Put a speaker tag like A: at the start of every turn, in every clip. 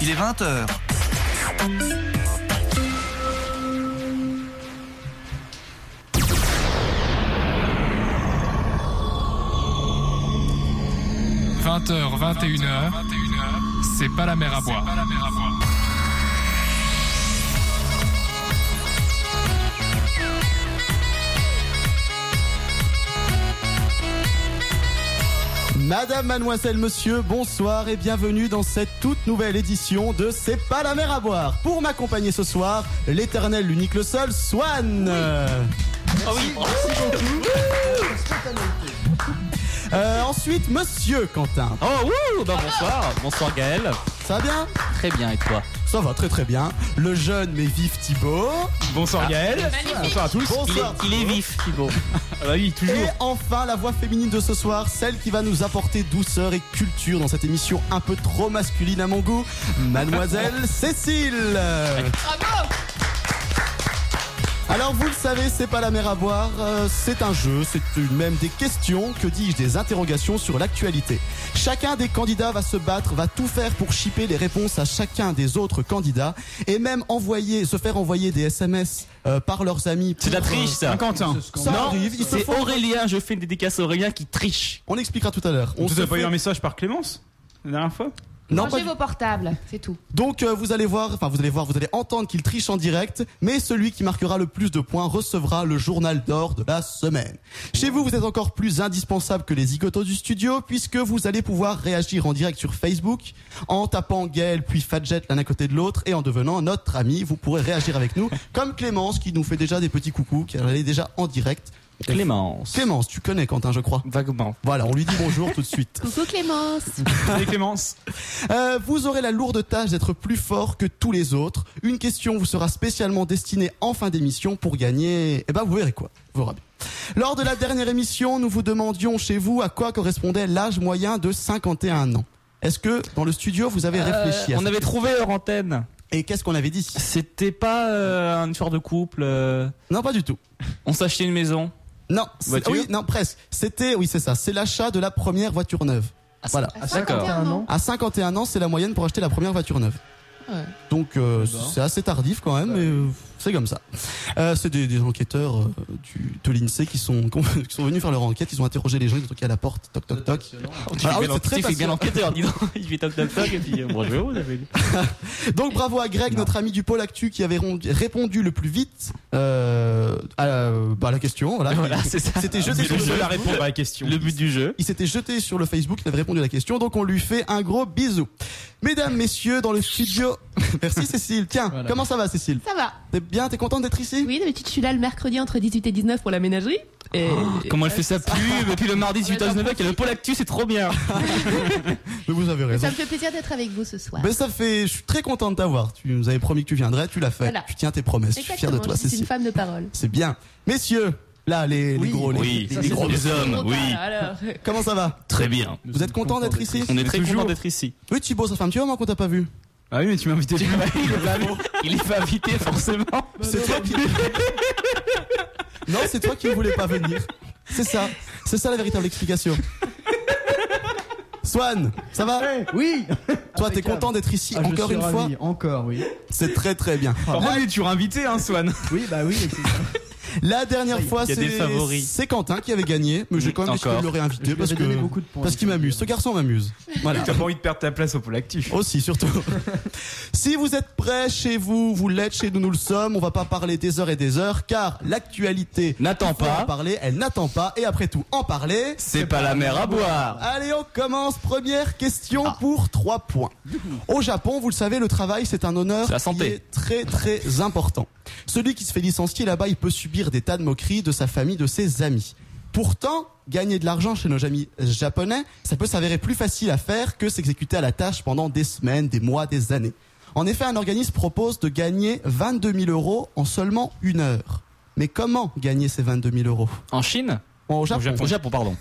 A: dès 20h.
B: h 21h, c'est pas la mer à boire.
C: Madame, mademoiselle, monsieur, bonsoir et bienvenue dans cette toute nouvelle édition de C'est pas la mer à boire. Pour m'accompagner ce soir, l'éternel, l'unique, le seul, Swan.
D: oui.
C: Euh, ensuite, monsieur Quentin.
D: Oh, wouh, bah bonsoir. Bonsoir Gaël.
C: Ça va bien
D: Très bien, et toi
C: Ça va très très bien. Le jeune mais vif Thibaut. Ah.
E: Bonsoir Gaël. Bonsoir à tous.
D: il est, il est vif, Thibaut.
E: Ah bah oui, toujours.
C: Et enfin, la voix féminine de ce soir, celle qui va nous apporter douceur et culture dans cette émission un peu trop masculine à mon goût, mademoiselle Cécile. Alors vous le savez, c'est pas la mer à boire, euh, c'est un jeu, c'est une- même des questions, que dis-je, des interrogations sur l'actualité. Chacun des candidats va se battre, va tout faire pour chipper les réponses à chacun des autres candidats et même envoyer, se faire envoyer des SMS euh, par leurs amis.
D: C'est de la
C: pour,
D: triche, ça.
E: Quentin.
C: euh, ça arrive, ils se
D: C'est
C: font-
D: Aurélien, je fais une dédicace à Aurélien qui triche.
C: On expliquera tout à l'heure. On
E: Tu
C: se
E: n'as pas eu
C: fait-
E: un message par Clémence la dernière fois
C: Non, pas
F: Rangez
C: du-
F: vos portables, c'est tout.
C: Donc euh, vous allez voir, enfin vous allez voir, vous allez entendre qu'il triche en direct, mais celui qui marquera le plus de points recevra le journal d'or de la semaine. Chez vous, vous êtes encore plus indispensable que les zigotos du studio puisque vous allez pouvoir réagir en direct sur Facebook en tapant Gaël puis Fadjet l'un à côté de l'autre et en devenant notre ami, vous pourrez réagir avec nous comme Clémence qui nous fait déjà des petits coucous, qui elle est déjà en direct.
D: Clémence.
C: Clémence, tu connais Quentin, je crois.
D: Vaguement.
C: Voilà, on lui dit bonjour tout de suite.
F: Coucou Clémence.
E: Salut Clémence.
C: Euh, vous aurez la lourde tâche d'être plus fort que tous les autres. Une question vous sera spécialement destinée en fin d'émission pour gagner. Eh ben, vous verrez quoi. Vous verrez bien. Lors de la dernière émission, nous vous demandions chez vous à quoi correspondait l'âge moyen de 51 ans. Est-ce que dans le studio vous
F: Euh,
C: avez réfléchi à
D: Euh, on
C: ça
D: avait trouvé leur antenne.
C: Et qu'est-ce qu'on avait dit
D: C'était pas euh, une histoire de couple. euh,
C: Non, pas du tout.
D: on s'achetait une maison.
C: Non, c'est-
D: Voiture
C: oui, non, presque. C'était, oui, c'est ça. C'est l'achat de la première voiture neuve. Voilà.
F: À 51 ans.
C: À 51 ans, c'est la moyenne pour acheter la première voiture neuve.
F: Ouais.
C: Donc euh,
D: D'accord.
C: c'est assez tardif quand même, mais euh, c'est comme ça. Euh, c'est des, des enquêteurs euh, du, de l'INSEE qui sont, qui sont venus faire leur enquête, ils ont interrogé les gens, ils ont toqué à la porte, toc toc toc. Ah oui, c'est très
D: il fait Oh, bien
C: passionnant.
D: l'enquêteur, dis donc. Il fait top top top et puis euh, bonjour, vous avez-
C: Donc bravo à Greg, notre ami du pôle actu, qui avait ron- répondu le plus vite euh, à, la- bah, à la question. Voilà.
D: Voilà, c'est ça.
C: C'était jeté sur
E: le
C: le
E: jeu la
C: Facebook.
E: répondre à la question.
D: Le but du jeu.
C: Il s'était jeté sur le Facebook, il avait répondu à la question, donc on lui fait un gros bisou. Mesdames, messieurs, dans le studio. Merci Cécile. Tiens, comment ça va Cécile
F: Ça va.
C: T'es bien, t'es contente d'être ici
F: Oui, d'habitude, je suis là le mercredi entre 18 et 19 pour la ménagerie. Et...
C: Oh,
D: Comment elle fait sa pub et puis le mardi 18
F: On est
D: h 19 il y a le pôle actu, c'est trop bien.
C: Mais vous avez raison.
F: Ça me fait plaisir d'être avec vous ce soir.
C: Ben ça fait, je suis très content de t'avoir. Tu nous avais promis que tu viendrais, tu l'as fait.
F: Voilà.
C: Tu tiens tes promesses. Je suis fier de toi,
F: je suis une
C: Cécile.
F: femme de parole.
C: C'est bien. Messieurs, là les, les gros, les, les gros.
D: hommes,
F: Alors, euh,
C: Comment ça va
D: Très bien.
C: Vous êtes content d'être ici
D: On est très
E: Toujours.
D: content d'être ici.
C: Oui, Thibaut, ça fait un petit moment qu'on t'a pas vu.
E: Ah oui, mais tu m'as invité.
D: Il est pas, il est pas invité forcément.
C: C'est toi qui. non, c'est toi qui ne voulais pas venir. C'est ça. C'est ça la véritable explication. Swan, ça va
G: Eh, Oui
C: Toi, t'es content d'être ici
G: Ah, je
C: encore
G: suis
C: une fois
G: ravi, Encore, oui.
C: C'est très très bien.
E: Par contre, il est toujours invité, hein, Swan.
G: Oui, bah oui. c'est-
C: La dernière fois,
D: il y a des
C: c'est
D: favoris.
C: c'est Quentin qui avait gagné, mais j'ai quand même décidé
D: Encore.
C: de le
G: Je
C: réinviter
G: lui
C: parce
G: avais donné
C: que
G: beaucoup de points.
C: parce qu'il m'amuse. Ce garçon m'amuse. Voilà.
E: T'as pas envie de perdre ta place au pôle actif.
C: Aussi, surtout. si vous êtes prêts chez vous, vous l'êtes chez nous, nous le sommes. On va pas parler des heures et des heures, car l'actualité
D: N'attend
C: faut en
D: pas.
C: parler, elle n'attend pas, et après tout, en parler.
D: C'est pas la mer à boire.
C: Allez, on commence. Première question
D: Ah.
C: pour 3 points. Au Japon, vous le savez, le travail, c'est un honneur
D: C'est la santé.
C: qui est très très important. Celui qui se fait licencier là-bas, il peut subir des tas de moqueries de sa famille, de ses amis. Pourtant, gagner de l'argent chez nos amis japonais, ça peut s'avérer plus facile à faire que s'exécuter à la tâche pendant des semaines, des mois, des années. En effet, un organisme propose de gagner 22 000 euros en seulement une heure. Mais comment gagner ces 22 000 euros
D: En Chine
C: Au
D: Au
C: Japon.
D: Japon. Au Japon, pardon.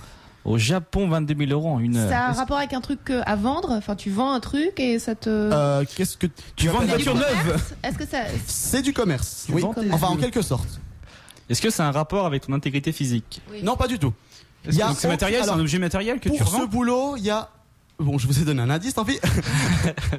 D: Au Japon, 22 000 euros en une
C: Euh,
D: heure.
F: ça a un rapport avec un truc euh, à vendre. Enfin, tu vends un truc et ça te.
C: Euh, Qu'est-ce que tu
E: vends une
C: appelles-
F: C'est du
E: voiture
F: commerce Est-ce que ça.
C: C'est du commerce.
G: Tu
C: oui.
G: vends tes
C: Enfin, en
G: yeux.
C: quelque sorte.
D: Est-ce que c'est un rapport avec ton intégrité physique
F: Oui.
C: Non, pas du tout. Il y a
E: Donc c'est matériel, c'est
C: alors,
E: un objet matériel que tu
C: pour ce
E: revends.
C: boulot, il y a Bon, je vous ai donné un indice, tant pis.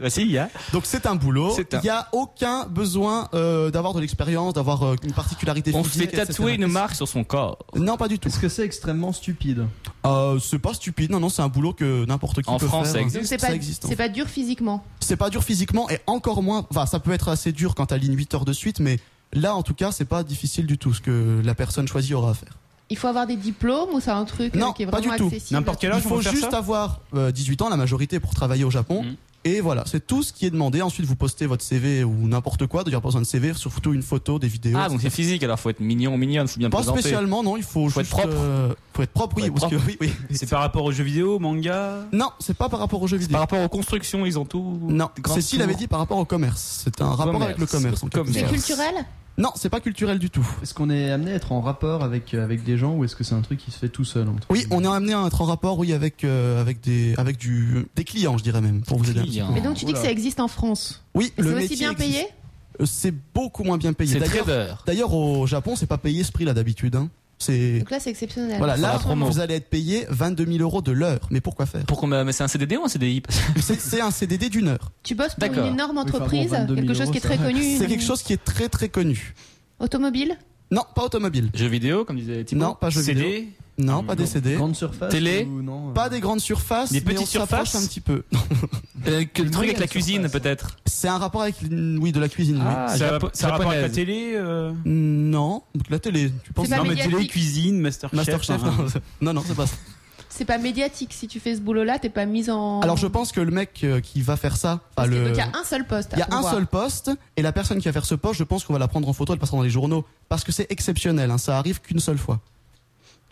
D: Bah si, il y a.
C: Donc c'est un boulot.
D: C'est un-
C: Il n'y a aucun besoin euh, d'avoir de l'expérience, d'avoir euh, une particularité
D: On fait
C: physique.
D: tatouer
C: etc..
D: une marque sur son corps.
C: Non, pas du tout.
G: Est-ce que c'est extrêmement stupide
C: Euh, c'est pas stupide. Non, non, c'est un boulot que n'importe qui
D: En
C: peut
D: France,
C: faire. hein.
D: ça existe.
F: Donc c'est
C: Ça
F: pas,
C: existe, en
F: c'est pas dur physiquement.
C: C'est pas dur physiquement et encore moins. Enfin, ça peut être assez dur quand t'alignes 8 heures de suite, mais là, en tout cas, c'est pas difficile du tout ce que la personne choisie aura à faire.
F: Il faut avoir des diplômes ou c'est un truc euh,
C: Non,
F: qui est
C: pas
F: vraiment
C: du tout.
F: accessible
E: N'importe quel
C: Il
E: âge, on
C: faut
E: peut faire
C: juste
E: ça
C: avoir euh, 18 ans, la majorité, pour travailler au Japon.
E: Mm.
C: Et voilà, c'est tout ce qui est demandé. Ensuite, vous postez votre CV ou n'importe quoi. D'ailleurs, pas besoin de CV, surtout une photo, des vidéos.
D: Ah, donc c'est physique, alors faut être mignon, mignonne, faut bien
C: Pas
D: présenter.
C: spécialement, non. Il faut,
D: Faut être
C: juste,
D: propre.
C: euh, faut être propre, oui.
D: Faut être
C: parce que- oui, oui.
E: C'est par rapport aux jeux vidéo, manga.
C: Non, c'est pas par rapport aux jeux vidéo.
D: Par rapport aux constructions, ils ont tout.
C: Non,
D: Grand
C: Cécile
D: tour.
C: avait dit par rapport au commerce. C'est un rapport
D: Commerce.
C: avec le commerce. en quelque
D: Commerce.
F: C'est
C: sorte.
F: culturel
C: Non, c'est pas culturel du tout.
G: Est-ce qu'on est amené à être en rapport avec, euh, avec des gens ou est-ce que c'est un truc qui se fait tout seul entre
C: Oui, on
G: guillemets
C: est amené à être en rapport, oui, avec euh, avec des avec du des clients, je dirais même, pour vous aider. un petit peu.
D: Client.
F: Mais donc tu dis que
G: Oula.
F: ça existe en France.
C: Oui,
F: Et
C: le
F: c'est aussi
C: métier
F: bien
C: existe.
F: payé
C: Euh, C'est beaucoup moins bien payé.
D: C'est
C: D'ailleurs,
D: trader.
C: d'ailleurs, au Japon, c'est pas payé ce prix-là d'habitude. Hein. C'est
F: Donc là c'est exceptionnel.
C: voilà,
D: la
C: là,
D: promo.
C: vous allez être payé 22 000 euros de l'heure. Mais pourquoi faire
D: Pour combien Mais c'est un CDD ou un CDI
C: C'est c'est un CDD d'une heure.
F: Tu bosses pour
D: D'accord.
F: une énorme
G: Oui, enfin, bon,
F: entreprise,
G: 22 000
F: quelque chose qui est
G: euros,
F: très
G: ça-
F: connu.
C: C'est
F: une-
C: quelque chose qui est très très connu.
F: Automobile
C: Non, pas automobile.
D: Jeux vidéo, comme disait Thibaut
C: Non, pas jeux
D: CD,
C: vidéo. Non, pas des CD.
G: Mmh. Grande surface
D: Télé
G: ou non, euh,
C: Pas des grandes surfaces.
D: Des
C: mais on
D: petites surfaces
C: s'approche un petit peu.
D: euh, que le truc avec la
G: moyenne
D: cuisine,
G: surface.
D: peut-être.
C: C'est un rapport avec une- oui de la cuisine. oui.
D: Ah,
E: ça
D: Japo-
E: ça a rapport avec la
D: japonaise.
E: télé. euh,
C: Non, donc la télé. Tu penses
F: C'est pas
E: Non, mais
F: médiatique.
E: télé, cuisine, Masterchef.
C: Masterchef
E: hein.
C: non, non, non, c'est pas ça.
F: C'est pas médiatique si tu fais ce boulot-là, t'es pas mise en.
C: Alors je pense que le mec euh, qui va faire ça, enfin,
F: Parce que
C: le-
F: donc, il y a un seul poste. à
C: il y a un
F: pourvoir.
C: seul poste et la personne qui va faire ce poste, je pense qu'on va la prendre en photo, elle passera dans les journaux parce que c'est exceptionnel, hein, ça arrive qu'une seule fois.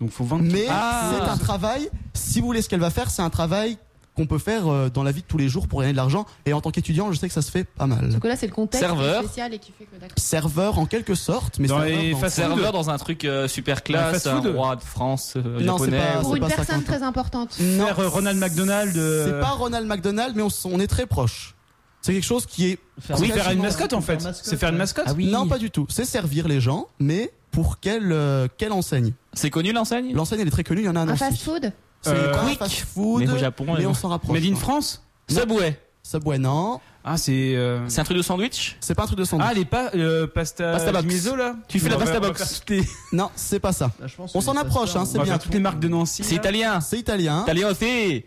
E: Donc faut vendre.
C: Mais
D: Ah.
C: c'est un travail. Si vous voulez ce qu'elle va faire, c'est un travail qu'on peut faire euh, dans la vie de tous les jours pour gagner de l'argent et en tant qu'étudiant, je sais que ça se fait pas mal.
F: Parce que là c'est le contexte
D: Serveur.
F: spécial et qui fait que d'accord.
C: Serveur en quelque sorte, mais
E: Dans
C: serveur,
E: les
C: non.
E: fast-
D: Serveur dans un truc euh, super classe,
E: fast-food.
D: un roi de France, euh,
C: Non, c'est
D: japonais.
C: pas-
D: ou-
F: Pour
C: c'est
F: une
C: pas
F: personne
C: 50 ans.
F: très importante.
C: Non,
E: Faire, euh, Ronald McDonald, euh,
C: C'est pas Ronald McDonald, mais on, s- on est très proche. C'est quelque chose qui est
E: Oui,
C: Faire
E: faire une mascotte en fait. C'est faire une mascotte.
F: Ah
C: Non, pas du tout. C'est servir les gens, mais pour quelle, euh, quelle enseigne
D: C'est connu l'enseigne
C: L'enseigne, elle est très connue, il y en a un,
F: Un
C: aussi.
F: fast-food
C: C'est
E: Euh,
C: pas un
D: Quick.
C: fast-food,
D: Mais au Japon,
C: mais
D: euh,
C: on s'en rapproche. hein.
E: Made in France.
D: Subway.
C: Subway, non.
E: Ah c'est. euh,
D: C'est un truc de sandwich
C: C'est pas un truc de sandwich.
E: Ah les pas euh, pasta.
D: Pasta box.
E: Miso, là.
D: Tu fais la
E: On va-
D: pasta
E: on va
D: box.
E: faire toutes les-
C: Non, c'est pas ça.
G: Ah, je pense
C: On
G: que
C: s'en
G: les
C: approche,
G: pasteurs,
C: hein, c'est
E: On va
C: bien.
E: faire toutes les marques de Nancy.
D: C'est
E: là.
D: italien.
C: C'est italien.
D: Italien aussi. Et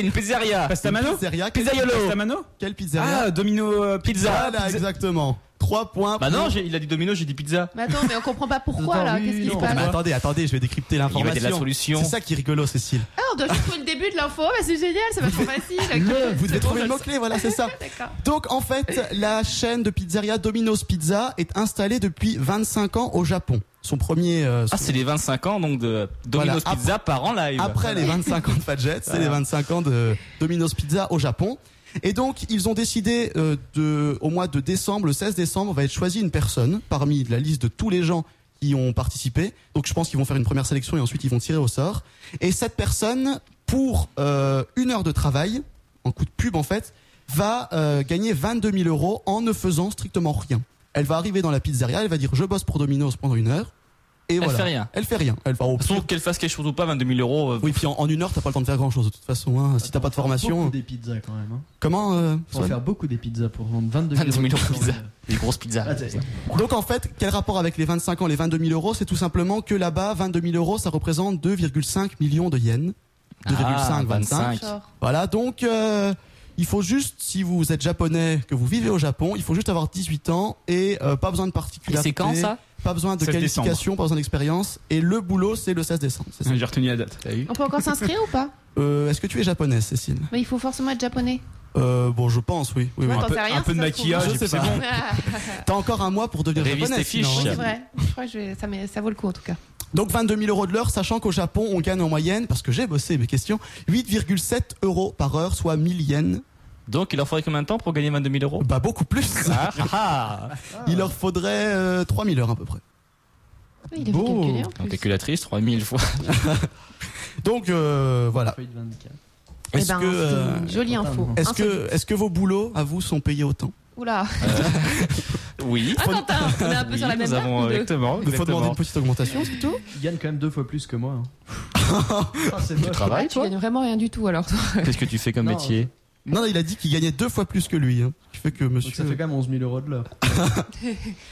D: une pizzeria.
E: Pasta
C: Une
E: Mano.
C: Pizzeria. Quelle,
D: Pizzaiolo.
E: Pastamano
C: quelle pizzeria
E: Ah Domino euh, Pizza.
C: Voilà, exactement. 3 points.
D: Bah
C: pour-
D: non, j'ai- il a dit domino, j'ai dit pizza.
F: Mais attends, mais on comprend Bah, pas pourquoi
G: Attends,
F: là.
G: oui,
F: Qu'est-ce qui
G: non,
F: se
G: on
C: Mais
F: passe
C: attendez, attendez, je vais décrypter
D: Il va
C: l'information.
D: dire la solution.
C: C'est ça qui est rigolo, Cécile.
F: Ah, on doit juste trouver le début de l'info, bah, c'est génial, c'est vachement facile. ok.
C: Vous
F: C'est bon,
C: devez trouver
F: je le
C: le mot-clé, voilà, c'est ça.
F: sais, D'accord.
C: Donc en fait, la chaîne de pizzeria Domino's Pizza est installée depuis 25 ans au Japon. Son premier euh, son-
D: Ah, c'est les 25 ans donc de Domino's
C: Voilà.
D: Pizza par an live.
C: après les 25 ans de Fadjet, c'est les 25 ans de Domino's Pizza au Japon. Et donc ils ont décidé euh, de au mois de décembre, le 16 décembre, va être choisie une personne parmi la liste de tous les gens qui ont participé. Donc je pense qu'ils vont faire une première sélection et ensuite ils vont tirer au sort. Et cette personne, pour euh, une heure de travail, en coup de pub en fait, va euh, gagner 22 000 euros en ne faisant strictement rien. Elle va arriver dans la pizzeria, elle va dire je bosse pour Domino's pendant une heure. Et
D: Elle
C: voilà.
D: fait rien.
C: Elle fait rien. Elle va au
D: De toute façon, qu'elle fasse quelque chose ou pas, 22 000 euros. euh,
C: oui, puis en, en une heure, t'as pas le temps de faire grand chose de toute façon. Hein. Si t'as pas de
G: faut faire
C: formation,
G: beaucoup des pizzas quand même. Hein.
C: comment euh,
G: Faut en
C: Swan
G: faire beaucoup des pizzas pour vendre 22 000
D: 22 000 euros de
G: pizzas.
D: pizza. Des grosses pizzas.
G: Ah, c'est-
C: Donc en fait, quel rapport avec les 25 ans, les 22 000 euros C'est tout simplement que là-bas, 22 000 euros, ça représente 2,5 millions de yens. 2,5,
D: Ah,
C: 25.
F: Genre.
C: Voilà, donc euh, il faut juste, si vous êtes japonais, que vous vivez au Japon, il faut juste avoir 18 ans et euh, pas besoin de
D: Et
C: particularité.
D: c'est quand ça
C: Pas besoin de
E: 16 décembre.
C: qualification, pas besoin d'expérience. Et le boulot, c'est le 16 décembre. c'est ça.
E: J'ai retenu la date.
D: T'as eu
F: On peut encore s'inscrire ou pas
C: Euh, Est-ce que tu es japonaise, Cécile
F: Mais il faut forcément être japonais.
C: euh, Bon, je pense, oui. oui, oui.
F: Attends,
E: Un peu,
F: c'est rien,
E: un peu de
F: ça se trouve.
E: maquillage,
C: Je
E: et
C: sais
E: puis c'est
C: pas.
E: bon.
F: Ah,
C: T'as encore un mois pour devenir
D: Révise tes
C: japonaise.
D: fiches.
C: sinon, hein.
F: c'est vrai. Je crois que je vais- ça, m'est- ça vaut le coup en tout cas.
C: Donc 22 000 euros de l'heure, sachant qu'au Japon, on gagne en moyenne, parce que j'ai bossé mes questions, 8,7 euros par heure, soit 1000 yens.
D: Donc, il leur faudrait combien de temps pour gagner 22 000 euros
C: Bah beaucoup plus.
D: Ah, ah, ah.
C: Il leur faudrait euh, 3000 heures à peu près.
F: Oui, il est
C: Beau.
F: calculé en plus.
D: Calculatrice, 3000 fois.
C: Donc euh, voilà.
G: Feuille de 24.
F: Eh
C: Est-ce
F: ben,
C: que euh,
F: c'est une jolie info.
C: est-ce
F: Insolite.
C: que est-ce que vos boulots à vous sont payés autant
F: Oula.
D: Euh, Oui.
F: Ah, Quentin, on est un peu sur la
D: Oui,
F: même
D: nous
F: vague,
D: avons, euh,
F: nous deux.
D: exactement,
C: Il faut demander
D: exactement.
C: une petite augmentation, c'est tout
G: Il gagne quand même deux fois plus que moi. hein. Ah, c'est moche.
D: travailles,
F: Ouais, tu gagnes vraiment rien du tout alors toi.
D: Qu'est-ce que tu fais comme
G: Non,
D: métier
C: Non, non, il a dit qu'il gagnait deux fois plus que lui. hein. Ce qui fait que
G: Donc
C: monsieur.
G: ça fait quand même 11 000 euros de l'heure.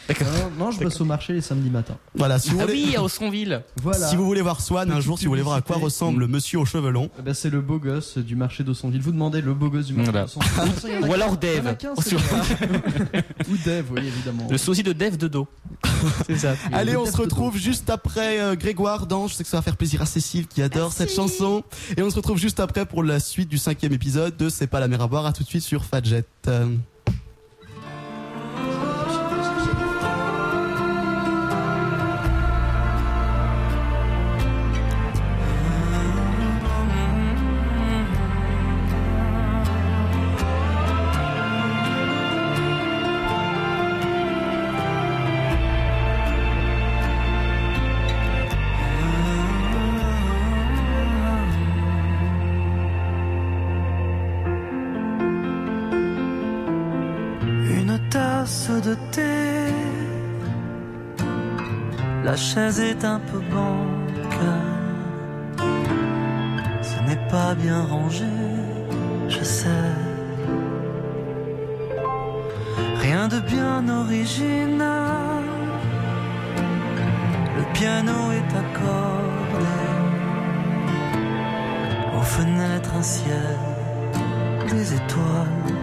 D: D'accord.
G: Non, non, je bosse au marché les samedis matins.
C: Voilà, si vous, voulez...
D: Ah à Ossonville.
G: Voilà.
C: si vous voulez voir Swan un jour, si vous voulez voir à quoi
G: Publicité.
C: ressemble le monsieur aux cheveux longs.
G: Eh ben, c'est le beau gosse du marché d'Ossonville. Vous demandez le beau gosse du marché
D: Voilà.
G: d'Ossonville. De toute façon, il y en a
D: Ou alors
G: Il y en a
D: Dave.
G: 15,
D: Au
G: c'est clair. Ou Dave, oui, évidemment.
D: Le sosie de Dave de dos. C'est ça.
E: euh,
C: Allez,
G: le
C: on se
G: test
C: retrouve juste après euh, Grégoire Dan. Je sais que ça va faire plaisir à Cécile qui adore cette chanson. Et on se retrouve juste après pour la suite du cinquième épisode de C'est pas la mer à boire. À tout de suite sur Fadjet. Euh,
H: Une tasse de thé. La chaise est un peu bancale. Ce n'est pas bien rangé, je sais. Rien de bien original. Le piano est accordé. Aux fenêtres, un ciel, des étoiles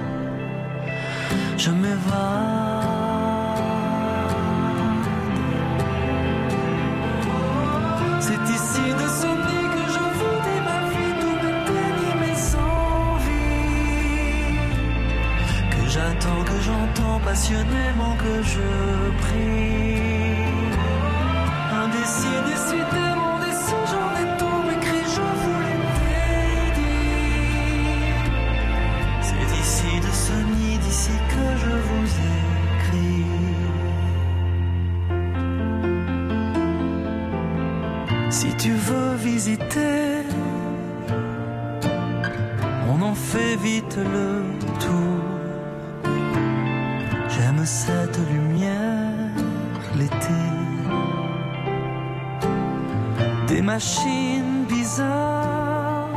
H: je m'évade. C'est ici de son nez que je fondais ma vie, tous mes dénis, mes envies. Que j'attends, que j'entends passionnément, que je prie. Indécis, décidément, décis, j'en ai tout écrit, je voulais dédier. C'est ici de ce nid, d'ici que je vous écris. Si tu veux visiter, on en fait vite le tour. J'aime cette lumière l'été. Des machines bizarres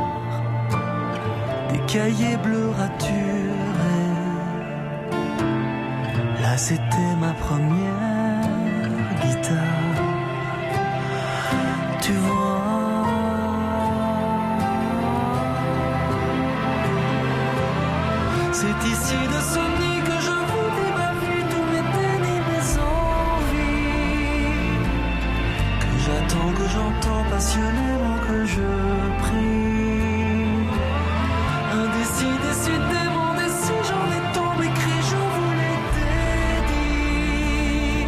H: des cahiers bleus raturés. Là, c'était ma première guitare. Tu vois, c'est ici de ce nid que je vous dis ma vie, tous mes dénis, mes envies. Que j'attends, que j'entends passionnément, que je prie. Indécis, décidément décis, j'en ai tant écrit, je voulais dédier.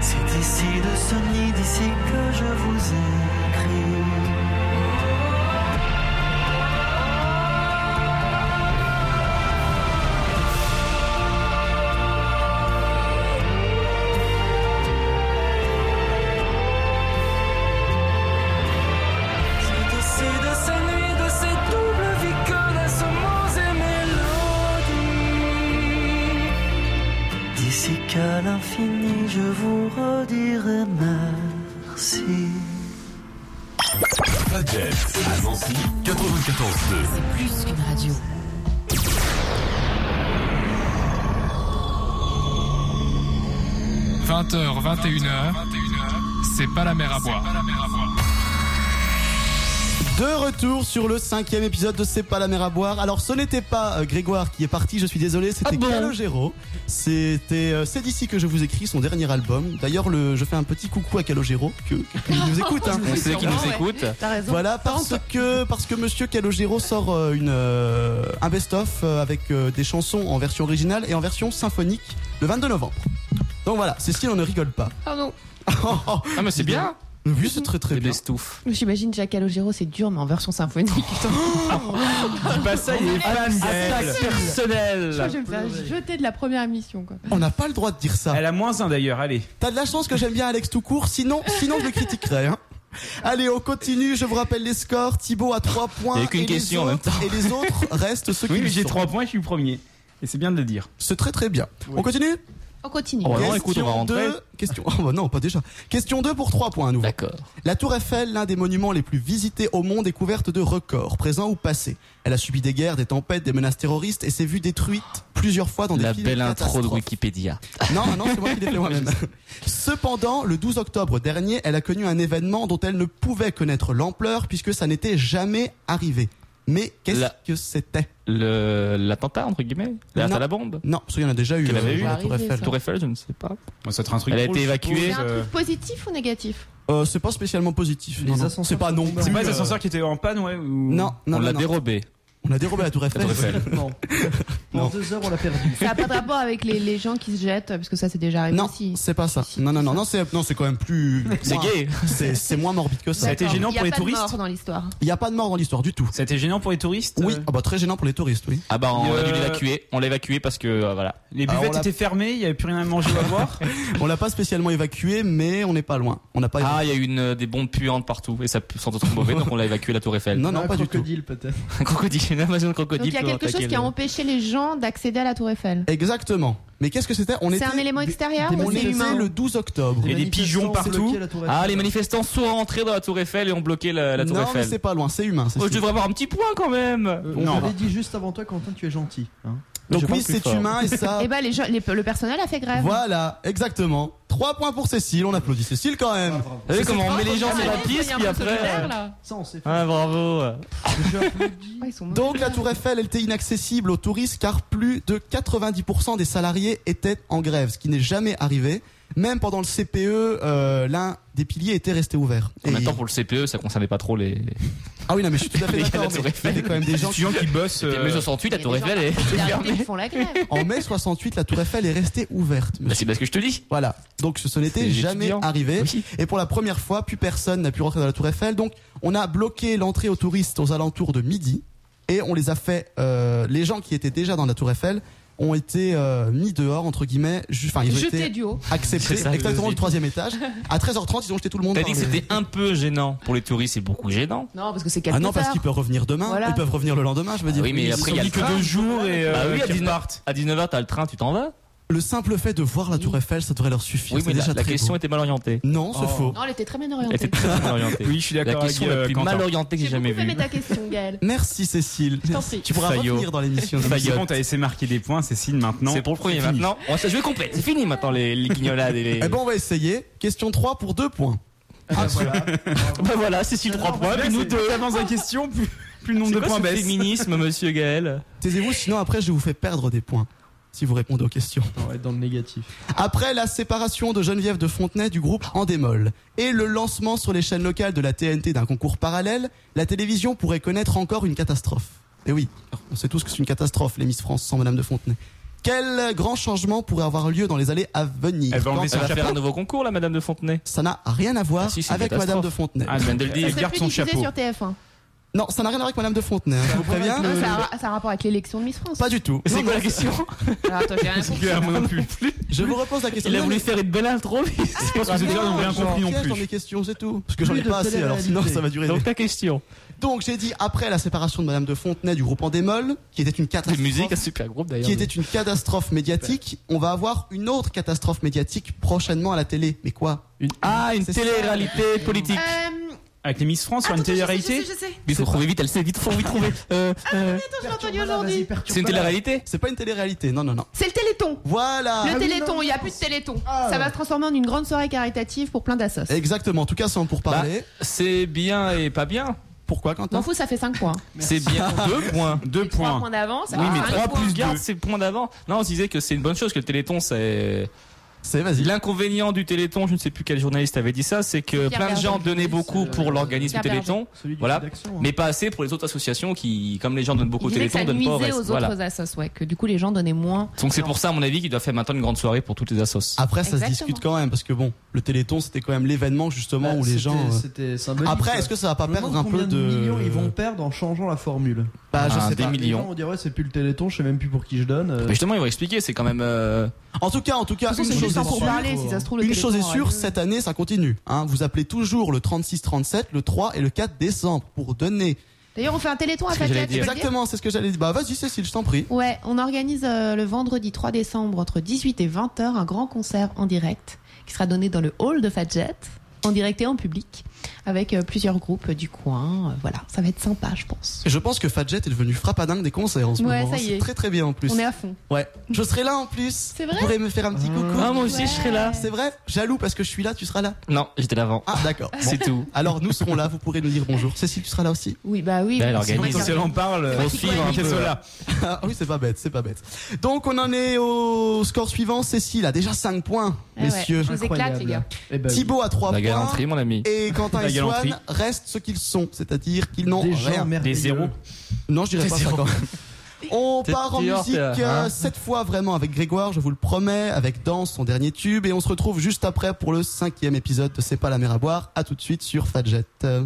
H: C'est ici de ce nid, d'ici que je vous écris. C'est ici de sa nuit, de ses doubles vies que d'assommances et mélodies. D'ici qu'à l'infini, je vous redirai merci.
A: Fadjet à Nancy 94.2.
I: Plus qu'une radio.
B: h 21h, c'est pas la mer à boire.
C: De retour sur le cinquième épisode de C'est pas la mer à boire. Alors ce n'était pas euh, Grégoire qui est parti, je suis désolé, c'était
D: Ah bon
C: Calogero. C'était euh, c'est d'ici que je vous écris son dernier album. D'ailleurs le je fais un petit coucou à Calogero que, qui nous écoute
F: Ah,
C: hein.
D: On sait qui
F: sûrement,
D: nous
F: ouais.
D: écoute.
F: T'as raison.
C: Voilà parce que parce que Monsieur Calogero sort euh, une euh, un best-of euh, avec euh, des chansons en version originale et en version symphonique le 22 novembre. Donc voilà, Cécile on ne rigole pas.
F: Pardon.
D: Ah, mais c'est bien.
C: oui c'est très très
D: C'est
C: bien.
D: des stouffes.
F: J'imagine déjà Calogero, c'est dur, mais en version symphonique. Putain,
E: Dis pas ça, il est fan d'elle.
D: Attaque
F: je crois que
D: personnelle.
F: je vais me faire jeter de la première émission. Quoi.
C: On n'a pas le droit de dire ça.
E: Elle a moins un d'ailleurs, allez.
C: T'as de la chance que j'aime bien Alex tout court, sinon, sinon je le critiquerais. Hein. Allez, on continue. Je vous rappelle les scores. Thibaut a 3 points.
D: Il y a eu qu'une
C: et les
D: question en même
C: autres- Et les autres restent ceux qui
E: Oui, mais
C: le
E: j'ai
C: sont.
E: trois points, je suis premier. Et c'est bien de le dire.
C: C'est très très bien. On continue
F: On continue.
D: Oh, ouais.
C: question
D: non, écoute, on va rentrer.
C: deux- Question... oh, bah non, pas déjà. Question 2 pour 3 points à nouveau.
D: D'accord.
C: La Tour Eiffel, l'un des monuments les plus visités au monde, est couverte de records, présents ou passés. Elle a subi des guerres, des tempêtes, des menaces terroristes et s'est vue détruite plusieurs fois dans
D: La
C: des films
D: belle intro de
C: catastrophes.
D: Wikipédia.
C: Non, non, c'est moi qui l'ai fait moi-même. Cependant, le 12 octobre dernier, elle a connu un événement dont elle ne pouvait connaître l'ampleur puisque ça n'était jamais arrivé. Mais qu'est-ce
D: La-
C: que c'était
D: Le l'attentat entre guillemets, l'attentat à la bombe.
C: Non, parce qu'il y en a déjà eu. euh,
D: Qu'elle avait eu
C: la Tour
F: Arrivé,
C: Eiffel.
F: ça.
D: Tour Eiffel, je ne sais pas.
E: Ça sera un truc.
D: Elle a
E: drôle,
D: été
E: je
D: évacuée.
F: C'est
E: suppose,
F: un
E: euh,
F: truc positif ou négatif
C: Euh, c'est pas spécialement positif.
G: Les
C: non, non.
G: ascenseurs
C: C'est pas non.
G: sont
E: C'est
C: plus,
E: pas les
C: euh,
E: ascenseurs qui étaient en panne, ouais ou-
C: Non, non,
D: on
C: non,
D: l'a
C: non.
D: dérobé.
C: On a dérobé la Tour Eiffel.
D: La Tour Eiffel.
G: Non.
C: Non.
G: En deux heures, on l'a perdu.
F: Ça n'a pas de rapport avec les, les gens qui se jettent, parce que ça, c'est déjà arrivé
C: Non,
F: aussi.
C: c'est pas ça.
F: Si,
C: Non, non, non, non, c'est non, c'est quand même plus.
D: C'est
C: moins-
D: gay.
C: C'est c'est moins morbide que
E: Ça a
C: ça.
E: été
F: D'accord.
E: gênant
F: Il y a
E: pour les
F: pas de
E: touristes
F: mort dans l'histoire.
C: Il y a pas de mort dans l'histoire du tout.
E: Ça a été gênant pour les touristes
C: Oui,
E: euh,
C: ah bah très gênant pour les touristes, oui.
D: Ah bah on a dû
E: Euh,
D: l'évacuer, on l'a évacué parce que euh, voilà.
E: Les
C: Alors,
E: buvettes
C: on l'a-
E: étaient fermées, il n'y avait plus rien à manger ou à boire.
C: On l'a pas spécialement évacué, mais on n'est pas loin. On n'a pas.
D: Ah, il y a eu une, euh, des bombes puantes partout et ça pue- sentait trop mauvais donc on l'a évacué la Tour Eiffel.
C: Non, non,
G: Un
C: pas du tout.
G: crocodile, peut-être.
D: Un crocodile, une invasion de crocodile.
F: Donc il y a quelque chose qui a empêché les gens d'accéder à la Tour Eiffel.
C: Exactement. Mais qu'est-ce que c'était On
F: C'est un élément extérieur
G: des
F: ou
C: on
F: c'est
G: monnaies
C: était
F: humain
C: le 12 octobre.
E: Et des pigeons
G: manifestants
E: partout.
G: bloqués à la Tour Eiffel.
D: Ah, les manifestants sont rentrés dans la Tour Eiffel et ont bloqué la, la Tour
C: non, mais
D: Eiffel.
C: c'est pas loin, c'est humain. c'est
D: Oh, je
C: sûr.
D: devrais avoir un petit point quand même.
G: Euh,
E: Non.
G: On avait dit juste avant toi, Quentin, tu es gentil. hein.
D: je
C: Donc
D: parle
C: oui,
D: plus
C: c'est
D: fort.
C: humain et ça.
F: Eh ben les gens, les- le personnel a fait grève.
C: Voilà, exactement. 3 points pour Cécile, on applaudit Cécile quand
G: Ah,
C: même.
G: bravo.
D: Vous savez comment on met les gens sur la piste puis après. euh,
G: Ça, on s'est fait.
D: Ah bravo.
G: J'applaudis.
F: Ouais, Ah, ils sont
C: Donc la Tour Eiffel, elle était inaccessible aux touristes car plus de 90% des salariés étaient en grève, ce qui n'est jamais arrivé. Même pendant le CPE, euh, l'un des piliers était resté ouvert.
D: En même
C: Et-
D: temps pour le CPE, ça concernait pas trop les.
C: Ah oui, non, mais je suis tout à fait
D: Les gars de
C: d'accord.
D: la Tour
C: mais Il y avait
D: Eiffel.
C: quand même des gens. qui-
E: étudiants qui bossent.
D: Mais
E: euh,
D: 68, la
F: Il y a
D: Tour
F: des gens
D: Eiffel est.
F: Ils arrêtent, ils font la grève.
C: En mai 68, la Tour Eiffel est restée ouverte.
D: Bah,
C: monsieur.
D: c'est parce que je te dis.
C: Voilà. Donc ce
D: C'est
C: n'était
D: les
C: jamais
D: étudiants.
C: arrivé.
D: Oui.
C: Et pour la première fois, plus personne n'a pu rentrer dans la Tour Eiffel. Donc, on a bloqué l'entrée aux touristes aux alentours de midi. Et on les a fait. euh, les gens qui étaient déjà dans la Tour Eiffel ont été euh, mis dehors, entre guillemets. ju- Enfin, ils ont
F: Jeté
C: été
F: du haut.
C: acceptés.
D: C'est ça,
C: exactement
D: je-
C: du troisième étage. À 13h30, ils ont jeté tout le monde.
D: T'as
C: par
D: dit que
C: le-
D: c'était un peu gênant pour les touristes, c'est beaucoup gênant.
F: Non, parce que c'est quelque
C: Ah non, parce qu'ils peuvent revenir demain.
F: Voilà.
C: Ils peuvent revenir le lendemain, je veux dire.
D: Ah oui, mais
E: Ils
D: après
E: sont
D: il y a
E: dit
D: le
E: que
D: train.
E: deux jours et euh,
D: Bah oui, à
E: qu'ils
D: 19
E: repartent.
D: à 19h, t'as le train, tu t'en vas.
C: Le simple fait de voir la Tour Eiffel, ça devrait leur suffire.
D: Oui,
C: C'est
D: mais la,
C: déjà
D: la
C: très
D: question
C: beau.
D: était mal orientée.
C: Non, c'est
E: Oh.
C: faux.
F: Non, elle était très bien
D: Elle
F: orientée.
D: était très mal orientée.
E: Oui, je suis
D: La
E: d'accord avec
D: question la
E: euh,
D: plus
E: Quentin.
D: mal orientée que j'ai
F: J'ai
D: jamais
F: beaucoup aimé
D: vue.
F: ta question, Gaël.
C: Merci Cécile.
F: Je t'en prie.
C: Tu pourras
D: Fayot.
C: revenir dans l'émission.
E: Mais C'est
D: Fayotte.
E: bon, t'as laissé marquer des points, Cécile, maintenant.
D: C'est pour le premier
E: C'est fini.
D: maintenant. Oh, On va se la jouer complète. C'est fini maintenant les, les guignolades et les. Ah,
C: Eh ben on va essayer. Question 3 pour 2 points.
D: Bah voilà, Cécile 3 points, puis nous deux.
E: Avance la question, plus, plus le nombre
D: C'est
E: de
D: quoi
E: points
D: ce
E: baisse.
D: féminisme, monsieur Gaël
C: Taisez-vous, sinon après je vous fais perdre des points. Si vous répondez aux questions.
G: On va être dans le négatif.
C: Après la séparation de Geneviève de Fontenay du groupe Endemol et le lancement sur les chaînes locales de la TNT d'un concours parallèle, la télévision pourrait connaître encore une catastrophe. Et oui, on sait tous que c'est une catastrophe, les Miss France sans Madame de Fontenay. Quel grand changement pourrait avoir lieu dans les allées à venir
E: Elle va
C: Quand-
E: enlever
D: Elle
E: son
D: va faire
E: chapeau.
D: un nouveau concours, la Madame de Fontenay.
C: Ça n'a rien à voir
D: Ah si, c'est une
C: avec
D: catastrophe.
C: Madame de Fontenay.
E: Ah,
D: Je viens de le
E: Et
F: Ça
D: dire.
E: elle
F: serait
E: garde
F: plus
E: son
F: diffusé
E: chapeau.
F: sur TF1.
C: Non, ça n'a rien à voir avec Madame de Fontenay, hein, je vous préviens.
F: Ah, ça,
D: Euh,
F: a, ça a rapport avec l'élection de Miss France.
C: Pas du tout.
D: C'est
C: Non,
D: quoi
C: non,
D: la question
F: Alors, Ah, attends, j'ai rien compris.
E: Moi non plus.
C: Je vous repose la question.
D: Il a
C: Non,
D: voulu
C: mais-
D: faire une belle intro, mais c'est
E: Je pense que
C: Ah
E: c'est déjà,
C: non,
E: on n'a rien
C: genre,
E: compris non
C: piège dans mes
E: plus.
C: questions, c'est tout. Parce que j'en
G: Plus
C: ai
G: de
C: pas assez, alors sinon
G: télé-réalité.
C: ça va durer. des-
D: Donc
C: Donc,
D: ta question.
C: j'ai dit, après la séparation de Madame de Fontenay du groupe Endemol, qui était une
D: Des
C: catastrophe,
D: musiques, un super groupe d'ailleurs.
C: qui était une catastrophe médiatique, on va avoir une autre catastrophe médiatique prochainement à la télé. Mais quoi
D: Une- Ah, une
C: C'est ça.
D: télé-réalité politique.
F: Euh,
E: Avec les Miss France sur une
F: attends, je sais,
E: télé-réalité
F: Je sais, je sais.
D: Mais faut trouver vite, elle sait vite, faut vite trouver. Euh,
F: Attends,
D: euh,
F: je l'ai entendu
G: Perturbe-la, vas-y,
F: aujourd'hui.
G: perturbe-la.
D: C'est une télé-réalité
C: C'est pas une télé-réalité, non, non, non.
F: C'est le Téléthon.
C: Voilà
G: Ah
F: Le
G: oui,
F: Téléthon,
G: non,
F: il n'y a plus de Téléthon.
G: Ah,
F: Ça
G: ouais.
F: va se transformer en une grande soirée caritative pour plein d'assos.
C: Exactement, en tout cas, c'est en pour parler.
D: Bah, C'est bien et pas bien.
C: Pourquoi,
F: M'en
C: Quentin
F: fous, ça fait 5 points.
D: C'est bien deux points.
E: Deux
F: Trois
E: points.
F: points d'avance. ça
D: Oui,
F: fait
D: mais
F: cinq
D: trois
F: points.
D: plus garde ses points d'avant. Non, on se disait que c'est une bonne chose que le Téléthon, c'est
C: C'est, vas-y.
D: l'inconvénient du Téléthon. Je ne sais plus quel journaliste avait dit ça, c'est que
F: Pierre
D: plein de gens
F: Berger.
D: donnaient beaucoup
G: C'est,
D: pour
G: euh,
D: l'organisme
F: Pierre
D: Téléthon,
G: Celui du
D: Voilà.
G: Sud Action, hein.
D: mais pas assez pour les autres associations qui, comme les gens donnent beaucoup
F: Il
D: au
F: disait que
D: Téléthon,
F: ça
D: donnent pas au
F: nuisait
D: reste.
F: aux
D: Voilà.
F: autres assos, ouais, que du coup les gens donnaient moins.
D: Donc c'est pour ça, à mon avis, qu'il doit faire maintenant une grande soirée pour toutes les assos.
C: Après, ça se
F: Exactement.
C: discute quand même, parce que bon, le Téléthon, c'était quand même l'événement justement
G: Bah,
C: où les
G: c'était-
C: gens. euh,
G: C'était symbolique.
C: Après, est-ce que ça va pas
G: Je me demande
C: perdre un peu
G: combien
C: de.
G: millions ils vont perdre en changeant la formule
C: Bah, je
D: Ah,
C: sais
D: des
C: pas.
D: millions.
G: Les gens vont dire ouais, c'est plus le téléthon, je sais même plus pour qui je donne. euh,
D: Mais justement, ils vont expliquer, c'est quand même. euh,
C: En tout cas, en tout cas,
F: De toute façon,
C: une
F: c'est
C: chose
F: juste
C: est
F: un pour
C: sûre,
F: parler, si ça se trouve. le
C: Une chose est
F: Téléthon aura
C: sûre,
F: lieu.
C: cette année, ça continue. Hein. Vous appelez toujours le 36-37, le 3 et le 4 décembre pour donner
F: D'ailleurs, on fait un téléthon à
D: C'est ce que
F: Facette.
D: j'allais
F: tu peux le dire
C: Exactement, c'est ce que j'allais dire. Bah vas-y Cécile, je t'en prie.
F: Ouais, on organise euh, le vendredi 3 décembre entre 18 et 20h un grand concert en direct qui sera donné dans le hall de Fadjet, en direct et en public, avec euh, plusieurs groupes du coin. Euh, voilà, ça va être sympa, je pense.
C: Et je pense que Fadjet est devenu frappadingue des concerts en ce
F: Ouais,
C: moment. hein.
F: ça y
C: C'est
F: est.
C: très très bien en plus.
F: On est à fond.
C: Ouais. Je serai là en plus. C'est
F: vrai
C: Vous pourrez me faire un petit coucou.
D: Ah, moi aussi, je serai là.
C: C'est vrai Jaloux parce que je suis là, tu seras là.
D: Non, j'étais là avant.
C: Ah d'accord. Bon.
D: C'est tout.
C: Alors nous serons là, vous pourrez nous dire bonjour. Cécile, tu seras là aussi.
F: Oui, bah oui. oui,
D: Bah, elle
F: sinon,
D: organise.
F: on
E: Si
F: fait-
E: elle en parle, on hein,
D: suivre un peu.
C: Ah oui, c'est pas bête, c'est pas bête. Donc on en est au score suivant. Cécile a déjà 5 points,
E: Eh
F: Ah ouais,
C: messieurs.
F: Je vous éclate, les gars.
G: Eh ben,
C: Thibaut a 3
D: La
C: points.
D: galanterie, mon ami.
C: Et Quentin
E: La
C: et
E: galanterie.
C: Swan restent ce qu'ils sont, c'est-à-dire qu'ils n'ont
G: des gens
C: rien.
G: merveilleux.
E: Des zéros.
C: Non, je dirais pas ça quand même. On
D: T'es-
C: part en
D: t'es hors,
C: musique
D: t'es là,
C: euh,
D: hein.
C: cette fois vraiment avec Grégoire, je vous le promets, avec Danse, son dernier tube, et on se retrouve juste après pour le cinquième épisode de C'est pas la mer à boire. À tout de suite sur Fadjet. Euh,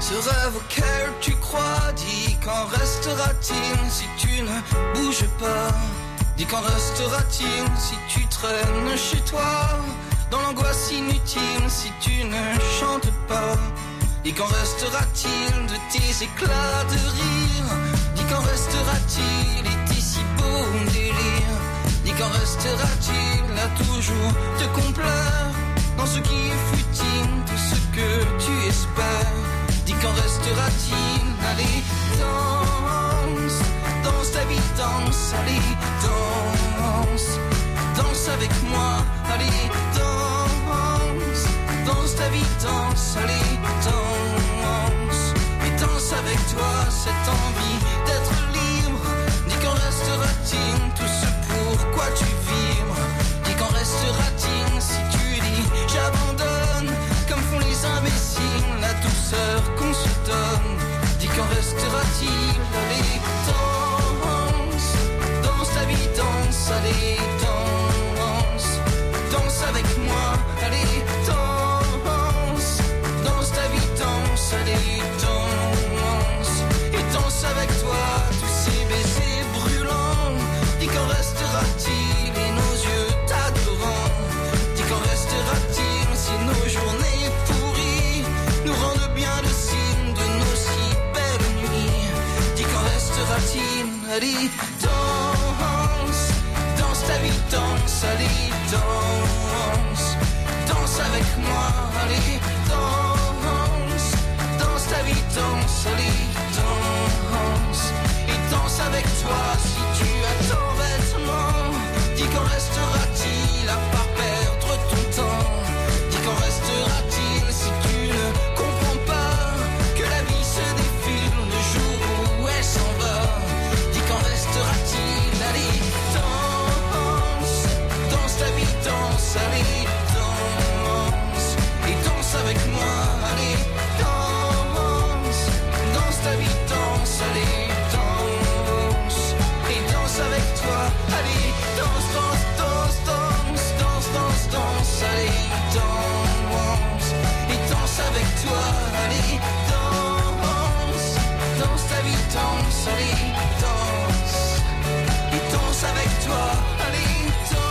A: Ce rêve auquel tu crois, dis qu'en restera-t-il si tu ne bouges pas Dis qu'en restera-t-il si tu traînes chez toi Dans l'angoisse inutile si tu ne chantes pas Dis qu'en restera-t-il de tes éclats de rire Dis qu'en restera-t-il et tes si beaux délires Dis qu'en restera-t-il à toujours te complaire Dans ce qui est futile, tout ce que tu espères Dis qu'en restera-t-il Allez, danse, danse ta vie, danse, allez, danse, danse avec moi, allez, danse, danse ta vie, danse, allez, danse, et danse avec toi cette envie d'être libre. Dis qu'en restera-t-il tout ce pourquoi tu vibres Dis qu'en restera-t-il si tu dis j'abandonne Comme font les imbéciles la douceur qu'on se donne Dis qu'en restera-t-il Allez danse, danse la vie danse Allez danse, danse avec moi Allez danse, danse ta vie danse Allez danse, et danse avec toi Tous ces baisers brûlants Dis qu'en restera-t-il et nos yeux t'adorant Dis qu'en restera-t-il si nos journées pourries nous rendent bien le signe de nos si belles nuits Dis qu'en restera-t-il Allez, danse, danse ta vie, danse, allez, danse, danse avec moi, allez, danse, danse ta vie, danse, allez, danse, et danse avec toi si tu as ton vêtement. Dis qu'en restera-t-il à part perdre ton temps Dis qu'en restera-t-il si tu ne comprends pas que la vie se défile le jour où elle s'en va Dis qu'en restera-t-il Allez, danse, danse ta vie, danse, allez, danse Et danse avec moi, allez, danse, danse ta vie, danse, allez, danse Et danse avec toi, allez, danse, danse, danse, danse, danse, danse, danse, allez, danse Et danse avec toi, allez, danse, danse ta vie, danse, allez, danse Et danse avec toi, allez, danse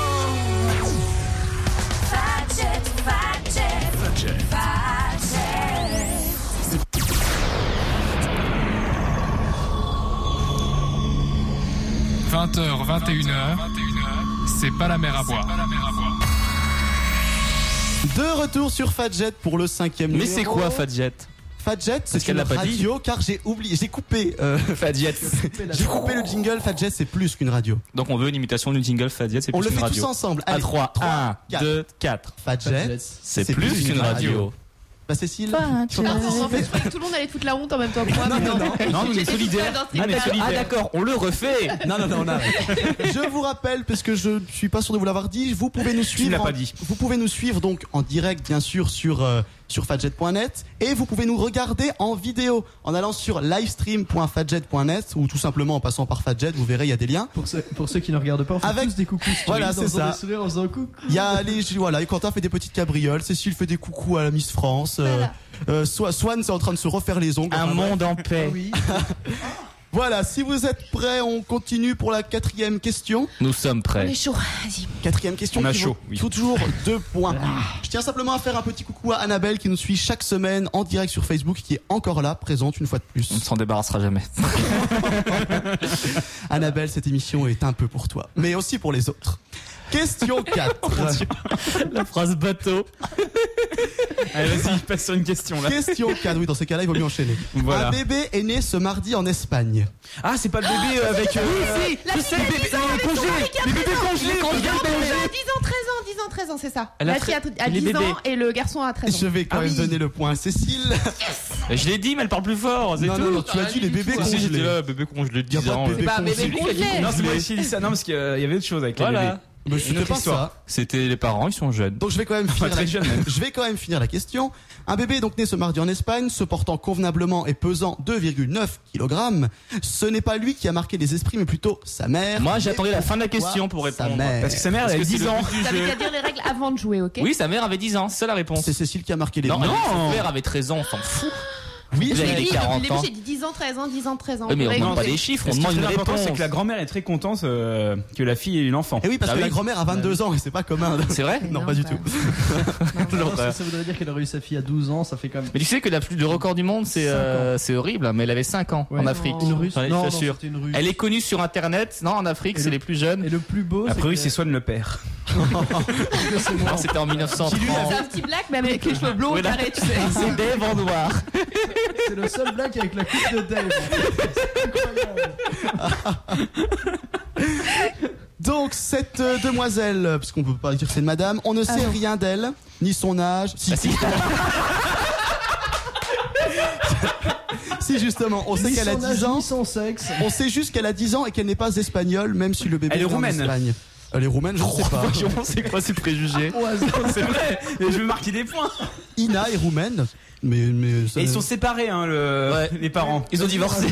B: h 21h, c'est pas la mer à boire.
C: De retour sur Fadjet pour le cinquième
D: Mais
C: numéro.
D: c'est quoi Fadjet
C: Fadjet, c'est
D: qu'elle
C: une
D: l'a pas dit.
C: radio car j'ai oublié, j'ai coupé, euh,
D: Fadjet.
C: j'ai coupé le jingle. Fadjet, c'est plus qu'une radio.
D: Donc on veut une imitation d'une jingle Fadjet, c'est
C: On
D: plus
C: le
D: une
C: fait tous
D: radio.
C: ensemble.
D: À
C: Allez,
D: 3, 1,
C: quatre.
D: 2, 4.
C: Fadjet,
D: C'est plus qu'une radio.
C: Bah Cécile,
F: Fadjet.
C: tu peux pas
F: Ah, on en
C: participer
F: fait, je croyais que tout le monde allait te foutre la honte en même temps que moi. mais non.
E: Non, nous, on est
F: J'étais
E: solidaires.
F: toute seule dans
E: Nous, on
F: cette
E: est
F: table.
D: Ah
E: solidaires.
D: d'accord, on le refait
C: Non, non, non, non. je vous rappelle, parce que je ne suis pas sûr de vous l'avoir dit, vous pouvez nous suivre.
E: l'as
C: en-
E: pas dit.
C: Vous pouvez nous suivre donc en direct, bien sûr, sur, euh, sur fadjet.net et vous pouvez nous regarder en vidéo en allant sur livestream.fadjet.net ou tout simplement en passant par fadjet, vous verrez, il y a des liens.
G: Pour, ceux, pour ceux qui ne regardent pas, on fait
C: Avec-
G: tous des coucous.
C: Voilà, c'est ça.
G: Des sourires en faisant oh, coucou.
C: Il y a les, voilà, et Quentin fait des petites cabrioles, Cécile fait des coucous à la Miss France, euh,
F: Voilà.
C: euh, Swa- Swan, c'est en train de se refaire les ongles.
D: Un
C: Enfin, bref.
D: monde en
G: Ah
D: paix.
G: oui.
C: Voilà, si vous êtes prêts, on continue pour la quatrième question.
D: Nous sommes
F: On
D: prêts.
F: est chaud, vas-y.
C: Quatrième question.
E: On a
C: qui
E: chaud,
C: vaut
E: oui.
C: Toujours deux points. Je tiens simplement à faire un petit coucou à Annabelle qui nous suit chaque semaine en direct sur Facebook, qui est encore là, présente une fois de plus.
D: On ne s'en débarrassera jamais.
C: Annabelle, cette émission est un peu pour toi, mais aussi pour les autres. Question 4.
D: La phrase bateau.
E: Allez, vas-y, passe sur une question là.
C: Question 4. Oui, dans ces cas-là, il vaut mieux enchaîner.
E: Voilà.
C: Un bébé est né ce mardi en Espagne.
E: Ah, c'est pas le bébé euh, avec. euh,
F: La fille de 10 ans avec son mari qui a 13 ans. Euh, 10 ans, 13 ans, 10 ans, 13 ans, c'est ça.
D: Elle a
F: La fille a
D: tre-
F: a
D: les
F: 10
D: bébés.
F: ans et le garçon a 13
C: Je
F: ans.
C: vais quand
D: Ah
C: même
D: oui.
C: donner le point à Cécile.
D: Je l'ai dit, mais elle parle plus fort, c'est
C: Non,
D: tout.
C: non, non, tu as dit les bébés
D: Si, j'étais
C: congelés.
D: là, bébé congelé de
C: Y a
D: 10
C: pas de
D: ans.
C: bébé
F: Bah, bébé
C: congelé.
F: congelé.
E: Non, c'est moi qui ai dit ça. Non, parce qu'il y avait autre chose avec les
D: Voilà.
E: bébés.
C: Mais c'était
E: Une autre
C: pas
E: histoire.
C: ça.
D: C'était les parents, ils sont jeunes.
C: Donc je vais quand même
E: Pas
C: finir la...
E: Ah, très jeune même.
C: je vais quand même finir la question. Un bébé est donc né ce mardi en Espagne, se portant convenablement et pesant 2,9 kg. Ce n'est pas lui qui a marqué les esprits, mais plutôt sa mère.
D: Moi,
C: Mais
D: j'attendais la fin de la question pour
C: pourquoi sa
D: répondre.
C: mère
E: Parce que sa mère,
D: Parce
E: elle a
D: que c'est
E: 10
D: le
E: ans.
D: but du
F: Ça veut
D: jeu.
F: dire dire les règles avant de jouer, ok
D: Oui, sa mère avait 10 ans, c'est ça la réponse.
C: C'est Cécile qui a marqué les
D: Non,
C: points.
D: son père avait 13 ans, on s'en fout.
C: Oui,
D: Vous
F: Mais
D: avez
F: oui,
D: les
F: depuis le
D: 40
F: début,
D: ans.
F: j'ai dit 10 ans, 13 ans, 10 ans, 13 ans.
D: Oui, mais on
F: Règles.
D: demande pas des chiffres, on
E: Ce qui est
D: demande une
E: très important,
D: réponse.
E: c'est que la grand-mère est très contente euh, que la fille ait eu l'enfant.
C: Et Eh oui, parce
D: Ah
C: que
D: oui.
C: la grand-mère a 22 ans et c'est pas commun.
D: C'est vrai
C: Non, pas du tout.
G: Alors, ah, ça, ça voudrait dire qu'elle aurait eu sa fille à 12 ans, ça fait quand même.
D: Mais tu sais que la plus, le record du monde, c'est
G: Cinq
D: euh, c'est horrible, hein, mais elle avait 5 ans
G: Ouais.
D: en Afrique.
G: Une russe
D: Ouais,
G: Non,
D: je
G: non,
D: t'assure.
G: c'était une russe.
D: Elle est connue sur internet, non, en Afrique,
G: Et
D: c'est
G: le-
D: les plus jeunes.
G: Et le plus beau,
E: Après, oui, c'est
G: c'est
E: Swan le père.
G: que c'est moi.
D: Non, c'était en 1930.
F: C'est un petit black, mais avec les cheveux blonds,
D: Oui, là.
F: carrés, tu sais.
D: C'est Dave en noir.
G: C'est le seul blague avec la coupe de Dave. C'est incroyable.
C: Donc cette euh, demoiselle, euh, parce qu'on peut pas dire que c'est une madame, on ne sait
F: non.
C: rien d'elle, ni son âge. Si,
D: Ah, si.
C: si, justement, on sait
G: Ni
C: qu'elle a
G: son âge,
C: 10 ans.
G: ni son sexe.
C: On sait juste qu'elle a 10 ans et qu'elle n'est pas espagnole, même si le bébé
E: Elle est
C: en
E: roumaine. Oh,
C: Espagne. Elle est roumaine, je ne sais pas.
D: Voyons, c'est quoi ces préjugés
G: Au hasard.
E: C'est vrai, et je vais marquer des points.
C: Ina est roumaine, mais mais. ça-
E: Et ils sont séparés, hein, le-
D: Ouais.
E: les parents.
D: Ils ont divorcé.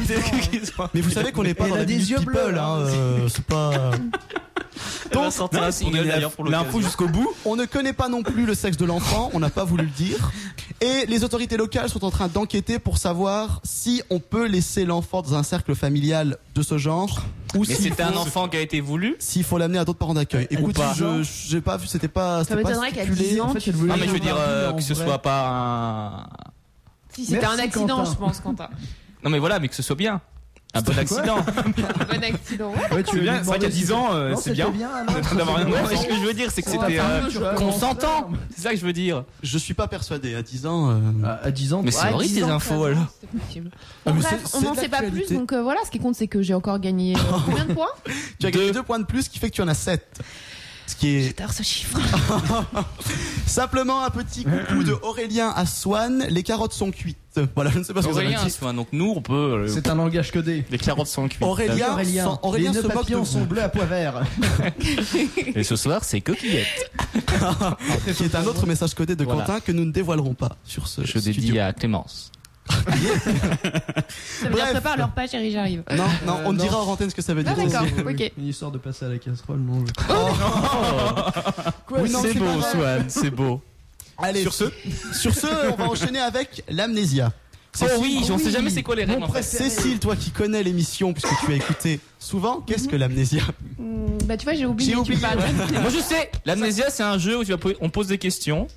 C: Mais vous savez qu'on n'est pas
G: Elle
C: dans
G: a
C: la
G: des
C: minute
G: yeux
C: people,
G: bleus,
C: hein.
G: hein.
C: euh, c'est pas.
D: Donc, sortir un single d'ailleurs pour
E: L'info
D: l'occasion.
E: jusqu'au bout.
C: On ne connaît pas non plus le sexe de l'enfant, on n'a pas voulu le dire. Et les autorités locales sont en train d'enquêter pour savoir si on peut laisser l'enfant dans un cercle familial de ce genre ou
D: Mais
C: s'il
D: c'était un
C: faut-
D: enfant qui a été voulu.
C: S'il faut l'amener à d'autres parents d'accueil. Écoute,
D: pas.
C: je j'ai pas vu, c'était pas
F: Ça
C: c'était pas
F: m'étonnerait qu'à
C: stipulé.
F: 10 ans,
G: En fait, elle voulait
D: Non, mais je veux dire euh,
G: en
D: que ce
G: vrai.
D: soit pas un.
F: Si c'était un
G: Merci,
F: accident,
G: Quentin.
F: je pense, Quentin.
D: Non, mais voilà, mais que ce soit bien. Un bon accident.
F: Un accident. ouais.
G: Ouais, tu
E: C'est
G: veux
E: bien,
G: lui
E: c'est vrai qu'à
G: demander si-
E: 10 ans, euh,
G: Non,
E: c'est
G: c'était
E: bien.
G: bien.
E: On est en train d'avoir un
D: Ouais, mais
E: enfant.
D: ce que je veux dire, c'est que
G: On va
D: c'était
G: pas
D: euh,
G: mieux, tu vois.
D: qu'on s'entend. C'est ça que je veux dire.
C: Je suis pas persuadé à 10 ans. euh,
G: À 10 ans,
D: Mais c'est
G: ouais,
D: horrible
G: 10
D: ces
G: ans.
D: infos alors.
F: C'est possible.
C: Ah, mais
F: Bref,
C: c'est-
F: on
C: c'est
F: n'en
C: de
F: sait pas plus,
C: l'actualité.
F: donc euh, voilà, ce qui compte, c'est que j'ai encore gagné euh, combien de points
C: Tu as gagné 2 points de plus, ce qui fait que tu en as 7. Ce qui est
F: J'adore ce chiffre.
C: simplement un petit coucou de Aurélien à Swan. Les carottes sont cuites. Voilà, je ne sais pas ce que ça veut
D: Aurélien,
C: dire.
D: soin. Donc nous, on peut. euh,
G: C'est un langage codé.
D: Les carottes sont cuites.
C: Aurélien,
G: Aurélien,
C: s'en- Aurélien
G: les
C: se
G: nœuds
C: moque de
G: papillons sont
C: vous,
G: bleus à pois verts.
D: Et ce soir, c'est coquillette.
C: qui est un autre message codé de
D: Voilà.
C: Quentin que nous ne dévoilerons pas sur ce
D: Je
C: studio.
D: dédie à Clémence.
F: Ça veut dire
C: Bref.
F: prépare leur page, chérie, j'arrive.
C: Non, non, on
G: Euh,
C: me
G: non.
C: dira hors antenne ce que ça veut
F: Ah,
C: dire.
F: d'accord.
C: aussi.
F: Ok.
G: Oui, Une histoire de passer à la casserole, non. je-
C: Oui, non, c'est pas vrai.
D: Swan, c'est beau.
C: Allez, sur ce, sur ce, on va enchaîner avec l'amnésia.
D: Oh
C: Cécile-
D: oui, on sait jamais c'est quoi les
C: Mon
D: règles. en fait.
C: préféré. Cécile, toi qui connais l'émission puisque tu as écouté souvent, qu'est-ce que l'amnésia
F: Hmm, Bah, tu vois, j'ai oublié.
C: J'ai
F: tu
C: oublié,
F: parles.
D: Moi je sais, l'amnésia c'est un jeu où tu vas po- on pose des questions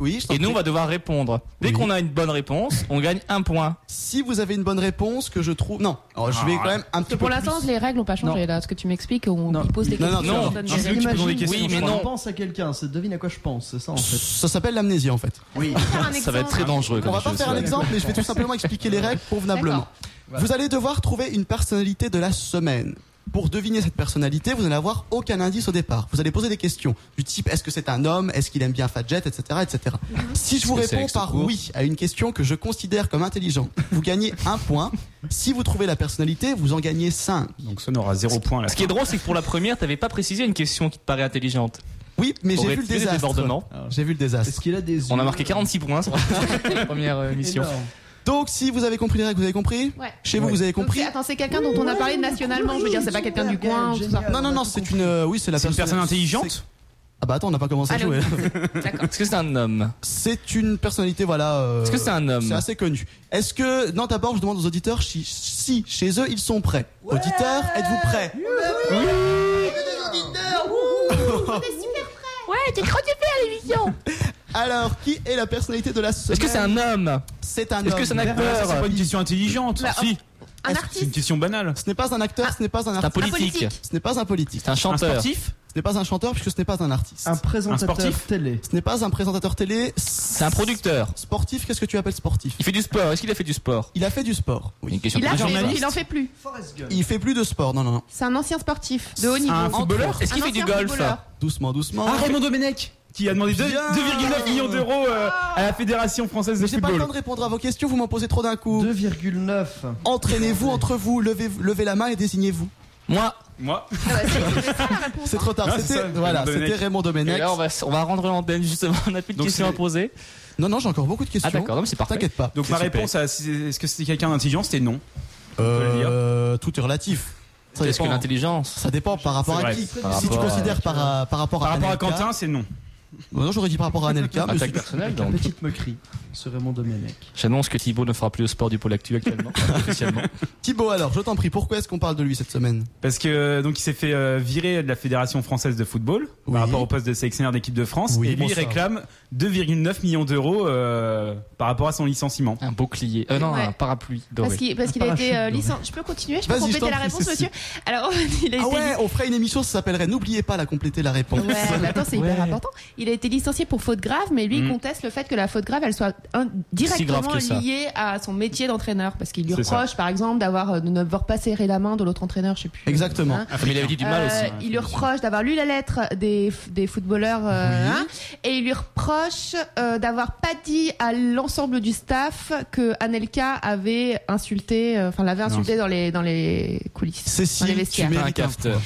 C: Oui, je t'en
D: et nous on
C: prie.
D: va devoir répondre. Dès
C: Oui.
D: qu'on a une bonne réponse, on gagne un point.
C: Si vous avez une bonne réponse que je trouve, non, Oh,
E: Ah,
C: je vais quand même un
F: Parce que
C: petit peu.
F: pour l'instant,
C: plus.
F: les règles n'ont pas changé là. Ce que tu m'expliques, on
G: Non.
F: il pose des
C: Non, non,
F: questions.
D: non,
F: on donne
E: non,
F: des règles.
E: c'est lui qui pose les
F: Imagine-
E: questions.
D: Oui, mais
G: Je
D: non.
G: pense à quelqu'un, c'est devine à quoi je pense, c'est ça en fait.
C: ça s'appelle l'amnésia en fait.
G: Oui.
F: Faire un
D: Ça va être très
F: exemple.
D: dangereux
C: On
D: comme
C: va pas
D: jeu,
C: faire un
D: ça.
C: exemple, mais je vais tout simplement expliquer les règles convenablement.
F: D'accord.
G: Voilà.
C: Vous allez devoir trouver une personnalité de la semaine. Pour deviner cette personnalité, vous n'allez avoir aucun indice au départ. Vous allez poser des questions du type est-ce que c'est un homme, est-ce qu'il aime bien Fadjet, etc., etc.
F: Mhm.
C: Si je vous
D: Est-ce que c'est
C: réponds
D: Alex
C: par
D: Tocourt
C: oui à une question que je considère comme intelligente, vous gagnez un point. Si vous trouvez la personnalité, vous en gagnez cinq.
E: Donc, ça n'aura 0 point là.
D: Ce qui est drôle, c'est que pour la première, t'avais pas précisé une question qui te paraît intelligente.
C: Oui, mais j'ai
D: Aurait
C: vu le
D: fait des
C: désastre.
D: débordements.
C: J'ai vu le désastre.
G: Est-ce qu'il a des yeux
D: On a marqué 46 points sur la première euh, émission.
G: Énorme.
C: Donc si vous avez compris les règles, vous avez compris
F: Ouais.
C: Chez vous,
G: Ouais.
C: vous avez
F: Donc,
C: compris
F: c'est- Attends, c'est quelqu'un dont on a parlé nationalement. Je veux dire, c'est pas quelqu'un du
G: Génial,
F: coin ou tout ça.
G: génial.
C: Non, non, non, c'est une... euh, oui, c'est la
E: C'est une personne
C: c'est-
E: intelligente
C: Ah bah attends, on n'a pas commencé à
F: Allô.
C: jouer.
D: Est-ce que c'est un homme
C: C'est une personnalité, voilà. euh,
D: Est-ce que c'est un homme
C: C'est assez connu. Est-ce que, non, d'abord, je demande aux auditeurs si, si, chez eux, ils sont prêts. auditeurs, êtes-vous prêts
J: Ouais, t'es trop super l'émission.
C: Alors, qui est la personnalité de la semaine
D: Est-ce que c'est un homme
C: C'est un
D: Est-ce
C: homme.
D: que c'est un
E: Ah, ça, c'est
D: acteur
E: pas une question intelligente.
F: Bah, Un
E: si, c'est une
F: artiste. Ah.
E: question banale.
C: Ce n'est pas un acteur, ce n'est pas un
D: C'est un
C: artiste.
D: politique
F: politique.
C: Ce n'est pas un politique.
D: C'est un
E: Un
D: chanteur
E: sportif
C: Ce n'est pas un chanteur puisque ce n'est pas un artiste.
G: Un présentateur
E: sportif
G: télé.
C: Ce n'est pas un présentateur télé.
D: C'est un producteur
C: Sportif, qu'est-ce que tu appelles sportif
D: Il fait du sport Est-ce qu'il a fait du sport
C: Il a fait du sport.
D: Une
C: Oui.
D: question
F: Il, a
D: très
F: fait-
D: générale.
F: il en fait plus.
C: Il fait plus de sport. Non, non, non.
F: C'est un ancien sportif de haut niveau.
E: Un footballeur
D: Est-ce qu'il
F: Un
D: fait du
F: ancien
D: golf
F: footballeur.
C: Doucement, doucement.
E: Ah, Raymond Domenech qui a demandé deux-
C: Bien.
E: 2,9 millions d'euros euh, à la Fédération Française de
C: J'ai pas le temps
E: Football.
C: de répondre à vos questions, vous m'en posez trop d'un coup.
G: 2,9.
C: Entraînez-vous entre vous, levez, levez la main et désignez-vous.
D: Moi
E: Moi
F: Ah bah,
C: C'est trop tard.
E: Non, c'est
C: C'était
E: ça,
C: voilà,
E: Domenech.
C: c'était Raymond
D: Et
C: Domenech.
D: là, on va, on va rendre l'antenne justement. On n'a plus de
E: Donc,
D: questions
E: c'est-
D: à poser.
C: Non, non, j'ai encore beaucoup de
D: Ah,
C: questions.
D: d'accord, non, mais c'est parfait.
C: T'inquiète pas.
E: Donc ma
D: C'est super.
E: réponse à si- est-ce que c'était quelqu'un d'intelligent, c'était non. peut le
C: Euh, tout est relatif. Ça
D: Est-ce que
C: dépend.
D: l'intelligence
C: Ça dépend par rapport
E: C'est
C: à
E: vrai.
C: qui.
D: Par
C: Si tu
D: rapport à-
C: considères par, à- par rapport à
E: Par rapport à
C: Anelka-
E: Quentin, c'est non.
C: Non, non, j'aurais dit par rapport à Anelka, mais
D: Attaque
C: c'est-
D: personnelle,
G: Avec la
D: donc.
G: petite moquerie. Ce Raymond Domenech.
D: J'annonce que Thibaut ne fera plus le sport du pôle actu actuellement, officiellement.
C: Thibaut, alors, je t'en prie, pourquoi est-ce qu'on parle de lui cette semaine
E: Parce que euh, donc il s'est fait euh, virer de la Fédération française de football
C: Oui.
E: par rapport au poste de sélectionneur d'équipe de France
C: Oui,
E: et lui
C: bon,
E: il
C: ça.
E: réclame 2,9 millions d'euros euh, par rapport à son licenciement.
D: Un bouclier. Euh, non,
F: Ouais.
D: un parapluie
F: Parce
D: doré.
F: qu'il parce qu'il a été euh, licencié. Je peux continuer Je peux
C: Vas-y, je t'en
F: compléter la
C: prie,
F: réponse,
C: Cécile.
F: monsieur Alors, Oh, il a
C: Ah
F: été
C: ouais, on fera une émission, ça s'appellerait N'oubliez pas la compléter la réponse.
F: Ouais, mais attends, c'est hyper important. Il a été licencié pour faute grave, mais lui, il
E: Mm.
F: conteste le fait que la faute grave, elle soit un- directement
D: grave que ça.
F: liée à son métier d'entraîneur. Parce qu'il lui
E: C'est ça.
F: reproche, par exemple, d'avoir, euh, de ne avoir pas serré la main de l'autre entraîneur, je sais plus.
C: Exactement.
F: Hein.
D: Ah, mais il avait dit du mal
F: Euh,
D: aussi.
F: il lui reproche d'avoir lu la lettre des, f- des footballeurs euh, hein, et il lui reproche euh, d'avoir pas dit à l'ensemble du staff que Anelka avait insulté, euh, enfin l'avait insulté dans les dans les coulisses, dans les
C: Cécile, tu
F: vestiaires.
D: Pas un
C: mérites un
D: cafeteur.
C: point.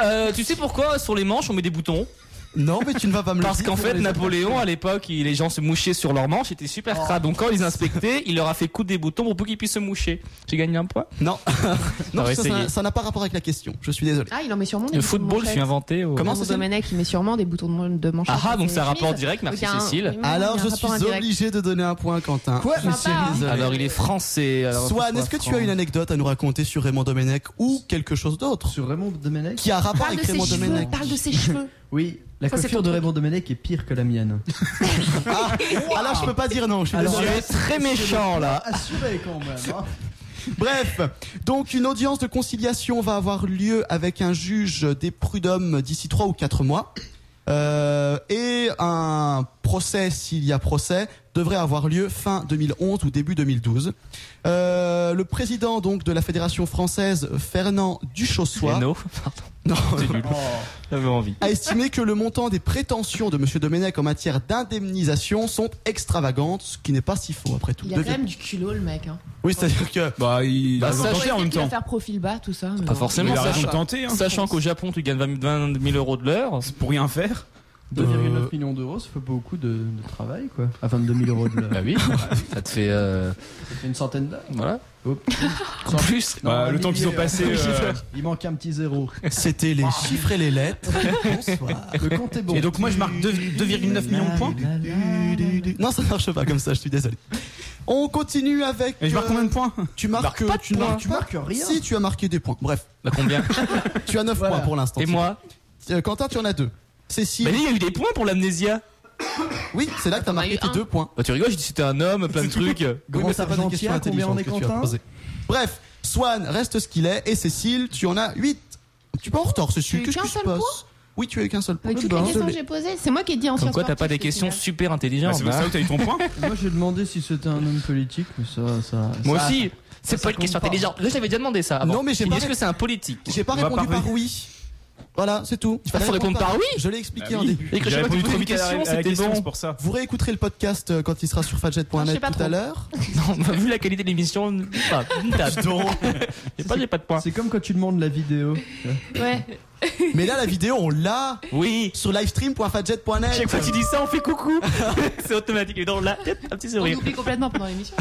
D: Euh, tu sais pourquoi sur les manches on met des boutons
C: Non, mais tu ne vas pas me le
D: Parce
C: dire.
D: qu'en fait Napoléon à l'époque il- les gens se mouchaient sur leurs manches c'était
C: Oh.
D: super crade donc quand ils inspectaient il leur a fait coudre des boutons pour peu qu'ils puissent se moucher. J'ai gagné un point.
C: Non,
E: Ah
C: non
D: va
C: ça,
D: essayer.
C: ça- ça n'a pas rapport avec la question, je suis désolé.
F: Ah, il en met sûrement des
D: Le
F: boutons de
D: football je
F: manchette.
D: suis inventé au...
C: Comment
F: Comment
C: ça
F: ça
C: s'appelle
F: Domenech, il met sûrement des boutons de man- de manchette.
D: Ah ah,
F: sur
D: donc
F: ses
D: c'est un rapport
F: chemises.
D: direct, merci
F: Donc, il y a un-
D: Cécile.
F: oui,
C: Alors,
F: il y a
C: je
F: un
C: suis
F: rapport indirect.
C: obligé de donner un point à Quentin.
F: Quoi
C: je
F: Sympa, Oh,
C: suis
F: hein.
C: désolé.
D: Alors il est français. alors,
C: Swan,
D: pourquoi
C: est-ce que tu as une anecdote à nous raconter sur Raymond Domenech ou quelque chose d'autre
G: Sur Raymond Domenech
C: qui a rapport
F: Parle de
C: avec
F: ses
C: Raymond
F: cheveux,
C: Domenech
F: parle de ses cheveux.
G: Oui, la
F: Ça, c'est
G: coiffure
F: ton
G: de
F: truc.
G: Raymond Domenech est pire que la mienne.
C: Ah, ah, là, je peux pas dire non, je suis
G: Alors,
C: désolé.
D: Tu es très méchant là.
G: Assuré quand même. hein.
C: Bref, donc une audience de conciliation va avoir lieu avec un juge des prud'hommes d'ici 3 ou 4 mois. Euh, et un procès, s'il y a procès, devrait avoir lieu fin 2011 ou début 2012. Euh, le président donc de la Fédération française, Fernand Duchossois,
D: Leno, pardon,
C: non,
D: c'est
G: Oh.
D: nul. J'avais envie.
G: Ah,
C: a estimé que le montant des prétentions de M. Domenech en matière d'indemnisation sont extravagantes, ce qui n'est pas si faux après tout.
F: Il a quand
C: Devi-
F: même du culot, le mec. hein.
C: Oui, c'est-à-dire que
E: Bah il
D: Bah,
E: a
D: ça,
E: tenté en même
F: Il va
E: temps.
F: faire profil bas, tout ça. mais
D: Pas
F: bon.
E: Mais
D: forcément.
E: il a raison
D: sachant-
E: de tenter hein,
D: Sachant qu'au Japon tu gagnes 20 000 20 000 euros de l'heure.
E: pour rien faire.
G: 2,9 millions d'euros, ça fait pas beaucoup de, de travail, quoi. À 22 000 Ah, euros de l'heure.
D: Bah oui, ça te fait euh,
G: Ça fait une centaine d'heures.
D: voilà.
G: Hop.
D: En plus,
G: Non,
E: Bah,
G: un
E: le temps qu'ils ont
G: millier,
E: passé,
G: euh,
E: euh,
G: Il manque un petit zéro.
C: c'était les chiffres et les lettres. Bonsoir.
G: Le compte est bon.
E: Et donc moi je marque deux- 2,9 millions de points.
C: Non, ça marche pas comme ça, je suis désolé. On continue avec.
E: Et je marque
C: euh,
E: combien de points
C: Tu marques,
D: marque pas de
C: tu, marques, tu
G: points.
C: marques
G: Marque rien.
C: Si, tu as marqué des points. Bref,
D: bah combien
C: tu as 9
G: Voilà.
C: points pour l'instant.
D: Et moi
C: Euh, Quentin, tu en as 2. Cécile,
D: Bah lui, il y a eu des points pour l'amnésia.
C: oui, c'est là que t'as
F: On a
C: marqué
F: eu
C: tes
F: un.
C: 2 points.
D: Bah tu rigoles, j'ai dit c'était un homme, plein de trucs.
C: Oui,
G: Grand
C: mais c'est pas des
G: Argentia,
C: questions
G: combien
C: intelligentes
G: on est
C: que tu as
G: Quentin
C: posées. Bref, Swan reste ce qu'il est et Cécile, tu en as 8. Un petit peu en retard, Cécile.
F: eu
C: Qu'est-ce
F: qu'un
C: qui se
F: seul
C: passe Oui, tu as eu qu'un seul point. Ben,
F: Avec toutes les questions que j'ai posées, c'est moi qui ai dit ancien
D: Comme quoi t'as pas des
F: sportif,
D: questions
F: c'est
D: super
E: Bah,
D: intelligentes.
E: C'est pour
D: hein.
E: ça que t'as eu ton point.
G: Moi j'ai demandé si c'était un homme politique, mais ça. ça
D: Moi
G: ça-
D: aussi, c'est
G: ça
D: pas une question
G: compte pas.
D: intelligente. Là j'avais déjà demandé ça. avant.
C: Non, mais j'ai
D: Ah Il
C: pas
D: dit, Est-ce
C: ré-
D: que c'est un politique
C: J'ai pas
E: On va
C: répondu
E: parler.
C: par oui. Voilà, c'est tout. Il
D: Ah, faut répondre par oui
C: Je l'ai expliqué
E: Bah
C: en
E: oui.
C: début.
D: Et que
E: J'ai
D: chaque fois que
E: répondu
D: tu
E: trop
D: poses une
E: vite à la-
D: question,
E: à la
D: c'était
E: question, c'est
D: bon.
E: pour ça.
C: Vous réécouterez le podcast euh, quand il sera sur
F: Non, je
C: fadjet.net
F: sais pas
C: tout à
F: trop.
C: l'heure.
D: Non, bah, vu la qualité de l'émission, bah, t'as- j'ai pas, j'ai pas de points.
G: C'est comme quand tu demandes la vidéo.
F: bien. Ouais.
C: Mais là, la vidéo, on l'a
D: Oui.
C: sur livestream.fadjet.net.
D: Chaque fois que tu dis ça, on fait coucou. c'est automatique. Et dans la tête, un petit
F: On
D: sourire.
F: oublie complètement pendant l'émission.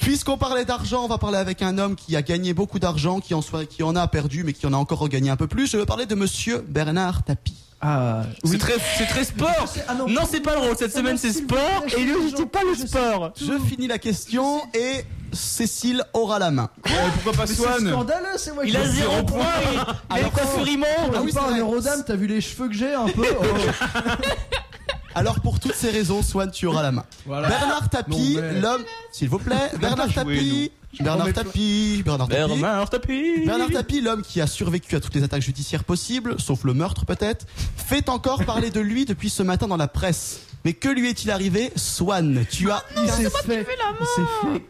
C: Puisqu'on parlait d'argent, on va parler avec un homme qui a gagné beaucoup d'argent, qui en, soit, qui en a perdu, mais qui en a encore regagné un peu plus. Je veux parler de monsieur Bernard Tapie.
G: Ah,
D: C'est très, c'est très sport.
G: ah non.
D: Non, c'est pas le rôle. Cette
G: Ça
D: semaine,
G: va,
D: c'est
G: s'il vous
D: sport.
G: plaît,
D: Et lui,
G: je-
D: c'est pas le sport.
C: Je finis la question et Cécile aura la main.
E: Euh, pourquoi pas
G: C'est
E: Swan
G: scandaleux, c'est moi
D: Il a
G: qui-
D: zéro point. Il, il a une coiffure immonde.
G: Ah oui, par Eurodame, t'as vu les cheveux que j'ai un peu Oh.
C: Alors pour toutes ces raisons, Swan, tu auras la main.
G: Voilà.
C: Bernard Tapie,
G: Non, mais-
C: l'homme, s'il vous plaît, Bernard Tapie, Bernard Tapie, Bernard Tapie.
D: Bernard Tapie.
C: Bernard Tapie, l'homme qui a survécu à toutes les attaques judiciaires possibles, sauf le meurtre peut-être, fait encore parler de lui depuis ce matin dans la presse. Mais que lui est-il arrivé Swan, tu as...
G: Il s'est fait, il s'est fait,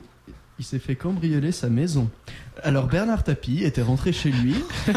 G: il s'est fait cambrioler sa maison. Alors Bernard Tapie était rentré chez lui
C: Oui,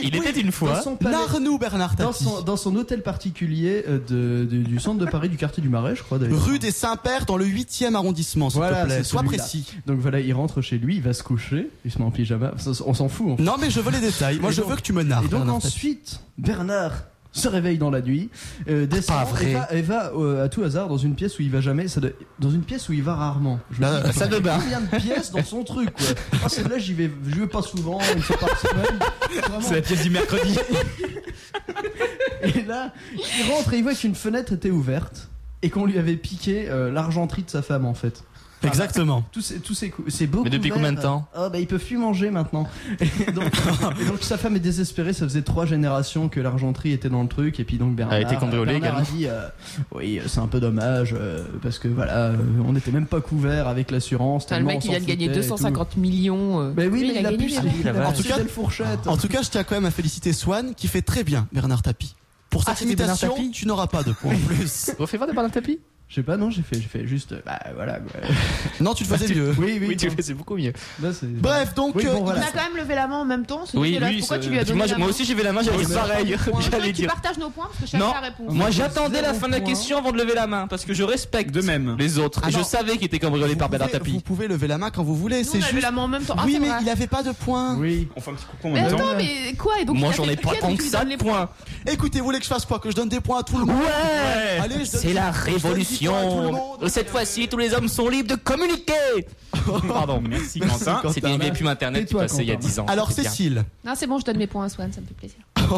D: Il
C: oui.
D: était une fois.
G: dans son palais-
C: Narnou Bernard
G: dans
C: Tapie.
G: son, dans son hôtel particulier euh, de, de- du centre de Paris, du quartier du Marais, je crois. d'ailleurs.
C: Rue des Saints-Pères dans le 8e arrondissement, s'il
G: Voilà,
C: te plaît.
G: c'est
C: Sois
G: celui-là.
C: précis.
G: Donc voilà, il rentre chez lui, il va se coucher, il se met en pyjama, Ça, on s'en fout. en fait.
C: Non mais je veux les détails. Moi
G: Et
C: je
G: donc-
C: veux que tu me narres.
G: Et donc
C: Bernard
G: ensuite, Bernard se réveille dans la nuit, euh, descend
D: Pas vrai.
G: et va, et va, euh, à tout hasard dans une pièce où il va jamais, ça doit- dans une pièce où il va rarement. Je me
C: Là,
G: dis,
C: la salle de bain.
G: Combien de pièces dans son truc quoi Ah celle-là j'y vais, je vais pas souvent, une fois par semaine. Vraiment.
E: C'est la pièce du mercredi.
G: Et là, il rentre et il voit qu'une fenêtre était ouverte et qu'on lui avait piqué euh, l'argenterie de sa femme en fait.
C: Tapie. Exactement.
G: Tous ces, tous ces coups, c'est beau.
D: Mais depuis combien de temps
G: Oh bah il peut plus manger maintenant. Et donc, et donc, sa femme est désespérée. Ça faisait trois générations que l'argenterie était dans le truc et puis donc Bernard
D: Elle a été cambriolée
G: Bernard a dit euh, oui euh, c'est un peu dommage euh, parce que voilà euh, on n'était même pas couvert avec l'assurance.
F: Putain, Ah, le
G: tellement
F: mec,
G: on
F: il vient
G: s'en
F: de gagner
G: foutait et tout.
F: 250 millions. euh,
G: Mais oui
F: lui,
G: mais il a,
F: gagné
G: plus.
F: la vie.
C: En tout cas-
G: fourchette.
C: En tout cas, je tiens quand même à féliciter Swan qui fait très bien Bernard Tapie. Pour
D: Ah,
C: cette
D: c'était Bernard
C: imitation,
D: Tapie
C: tu n'auras pas de points en plus.
D: Refais voir Bernard Tapie.
G: Je sais pas non j'ai fait j'ai fait juste euh, bah voilà. quoi.
C: Non, tu le faisais mieux.
G: Oui oui.
D: Euh, Oui, tu
G: non.
D: fais, c'est beaucoup mieux.
G: Là, c'est-
C: Bref, donc
G: Oui, bon,
C: euh, il-
F: On
G: voilà.
F: a quand même levé la main en même temps. c'est dégueulasse. Pourquoi tu lui as donné
D: moi,
F: la
D: moi
F: main
D: aussi, j'ai levé la main, j'allais dire pareil.
F: Point. Je veux
D: J'allais
F: que Tu
D: dire.
F: partages nos points parce que
D: Non.
F: chacun a la réponse.
D: Moi, j'attendais la fin de la
G: point.
D: question avant de lever la main parce que je respecte
E: De même.
D: les autres.
C: Ah
D: et je
C: non.
D: savais qu'il était cambriolé
C: vous
D: par Bernard
C: pouvez- Vous
D: Tapie.
C: pouvez lever la main quand vous voulez,
F: Nous, on
C: c'est
F: a levé
C: juste.
F: la main en même temps. Ah,
C: oui,
F: c'est
C: mais
F: vrai.
C: il avait pas de points.
G: Oui.
E: On fait un petit coucou en
F: Mais
E: même temps.
F: attends, mais quoi et donc,
D: Moi,
F: il a
D: j'en
F: fait
D: ai pas
F: piquer,
D: tant
F: donc
D: que
F: tu lui
D: ça
F: donnes
D: de
F: les
D: points.
C: Écoutez, vous voulez que je fasse quoi Que je donne des points à tout le monde
D: Ouais
C: Allez, je donne-
D: C'est la
C: je donne dix points à tout le
D: révolution
C: monde.
D: Cette fois-ci, tous les hommes sont libres de communiquer Pardon.
E: Merci Quentin.
C: Quentin.
D: C'était une vieille pub internet qui
G: Tais-toi,
D: passait il y a
G: Quentin.
D: 10 ans.
C: Alors
D: C'était bien.
C: Cécile,
F: Non, c'est bon, je donne mes points à Swan, ça me fait plaisir.
C: Oh,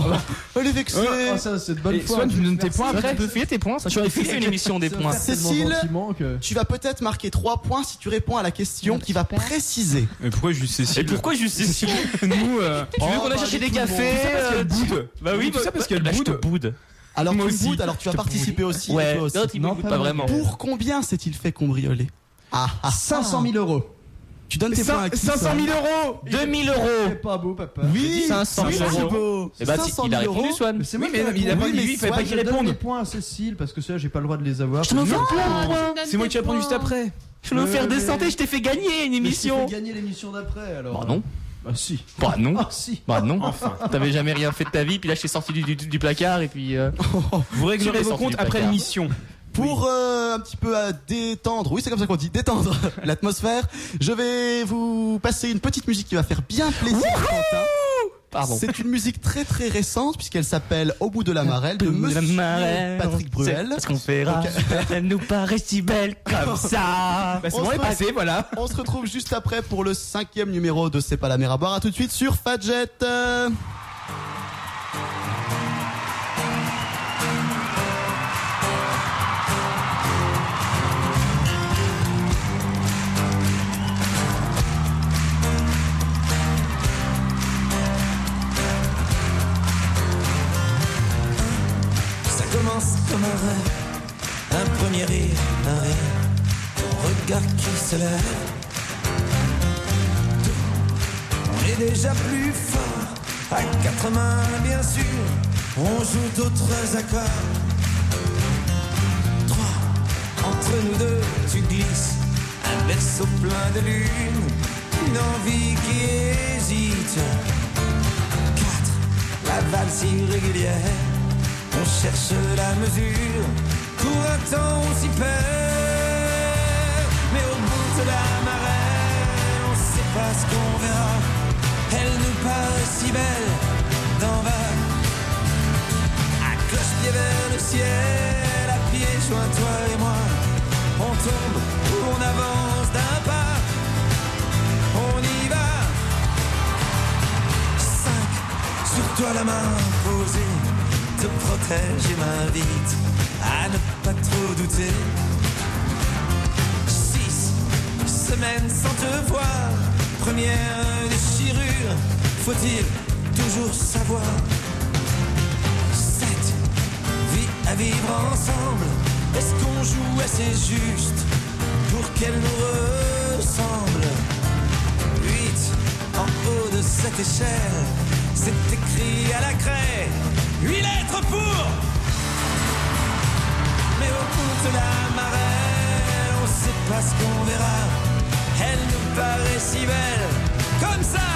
C: elle est vexée.
G: Oh, ça c'est de bonne
E: Et
G: foi.
E: Swan, tu me donnes tes points
D: Après, tu peux filer tes points. ça. J'aurais filé une émission des
G: Ça
D: points.
G: va faire tellement
C: Cécile.
G: gentiment que-
C: Tu vas peut-être marquer 3 points si tu réponds à la question qui va
F: Super.
C: préciser.
E: Mais Euh, pourquoi juste
D: Et
E: Cécile
D: pourquoi juste Cécile
E: Nous, euh,
D: Tu veux qu'on aille chercher des cafés euh,
E: boude. Bah oui, tout ça parce qu'elle
D: Bah, je te
E: boude.
D: boude.
C: Alors
E: Moi
C: tu
E: aussi.
C: boudes, alors tu vas participer aussi. et
D: Ouais,
C: toi aussi.
D: non, tu
G: Non,
D: boudes
G: pas
D: pas
G: vraiment.
D: vraiment.
C: Pour combien s'est-il fait cambrioler Ah, ah.
G: 500 000 euros.
C: Tu donnes tes points à qui ça
E: 000 euros
D: 2000
G: C'est
D: euros
G: pas beau, papa.
C: Oui,
D: 500
C: oui,
D: 000
C: c'est
D: euros.
C: beau.
D: Eh bah,
C: 500
D: il a
C: 000
D: répondu,
C: euros.
D: Swan.
G: C'est
E: Oui,
G: moi
E: mais
G: qui ai
E: il a
G: répondu.
E: pas
C: Oui,
E: dit,
C: mais
E: lui, il fallait
C: soit-
E: pas qu'il
G: Je donne des
E: réponde.
G: points à Cécile parce que ça, j'ai pas le droit de les avoir.
D: Je vais
G: Mais
D: faire plein, moi.
E: C'est moi qui réponds juste après.
D: Je vais vous faire
G: Euh,
D: descendre et je t'ai fait gagner une
G: je t'ai fait
D: émission.
G: gagner l'émission d'après alors.
D: Bah non.
G: Bah si.
D: Bah non.
G: Ah si.
D: Bah non. T'avais jamais rien fait de ta vie, puis là je t'ai sorti du, du- du placard et puis. euh,
C: Oh,
E: Vous
D: Sur
E: réglerez
D: les
E: vos
D: sorties
E: comptes
D: du
E: après
D: placard.
E: l'émission.
C: Pour euh, un petit peu à détendre, oui c'est comme ça qu'on dit, détendre l'atmosphère, je vais vous passer une petite musique qui va faire bien plaisir à Quentin.
D: Pardon.
C: C'est une musique très très récente puisqu'elle s'appelle Au bout de la marelle de Monsieur Patrick Bruel.
D: Ce qu'on fera, elle nous paraît si belle comme ça.
E: Bah, c'est
C: On
E: bon,
C: se
E: elle est
C: passe.
E: passée, voilà.
C: On se retrouve juste après pour le cinquième numéro de C'est pas la mer à boire. À tout de suite sur Fadjet. Euh,
K: Ça commence comme un rêve, un premier rire, un rire, ton regard qui se lève. On est déjà plus fort, à quatre mains bien sûr, on joue d'autres accords. Trois, entre nous deux, tu glisses, un berceau plein de lune, une envie qui hésite. Quatre, la valse irrégulière. On cherche la mesure, pour un temps on s'y perd. Mais au bout de la marée, on sait pas ce qu'on verra. Elle nous paraît si belle d'en bas. À cloche-pied vers le ciel, à pied joint toi et moi. On tombe ou on avance d'un pas. On y va. Cinq, sur toi la main posée. te protège et m'invite à ne pas trop douter. Six semaines sans te voir, première déchirure, faut-il toujours savoir? Sept vies à vivre ensemble, est-ce qu'on joue assez juste pour qu'elle nous ressemble? 8 en haut de cette échelle, c'est écrit à la craie, huit lettres pour. Mais au bout de la marée, on sait pas ce qu'on verra. Elle nous paraît si belle, comme ça,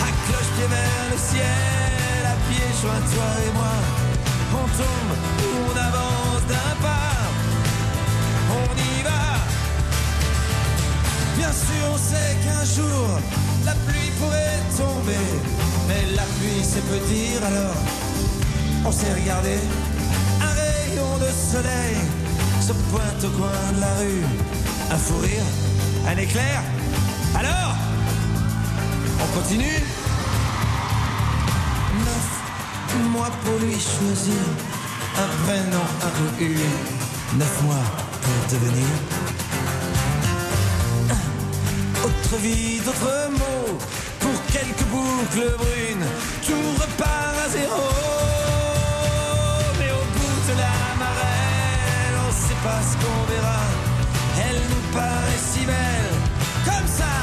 K: à cloche-pied vers le ciel, à pied joint toi et moi. On tombe ou on avance d'un pas, on y va. Bien sûr, on sait qu'un jour la pluie pourrait tomber, mais la pluie c'est peu dire alors. On s'est regardé, un rayon de soleil se pointe au coin de la rue, un fou rire, un éclair. Alors, on continue. Neuf mois pour lui choisir un prénom inconnu, neuf mois pour devenir. Autre vie, d'autres mots, pour quelques boucles brunes, tout repart à zéro. Mais au bout de la marelle, on sait pas ce qu'on verra. Elle nous paraît si belle, comme ça,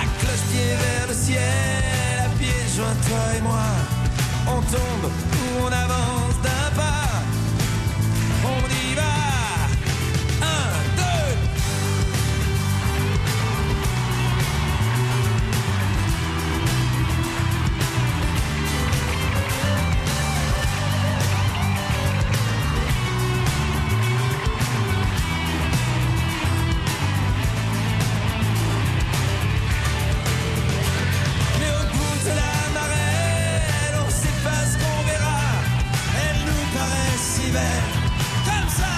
K: à cloche-pied vers le ciel, à pied joint toi et moi. On tombe ou on avance d'un pas, on y va. Un, deux, Mais au bout de la marelle, on sait pas ce qu'on verra. Elle nous paraît si belle, comme ça.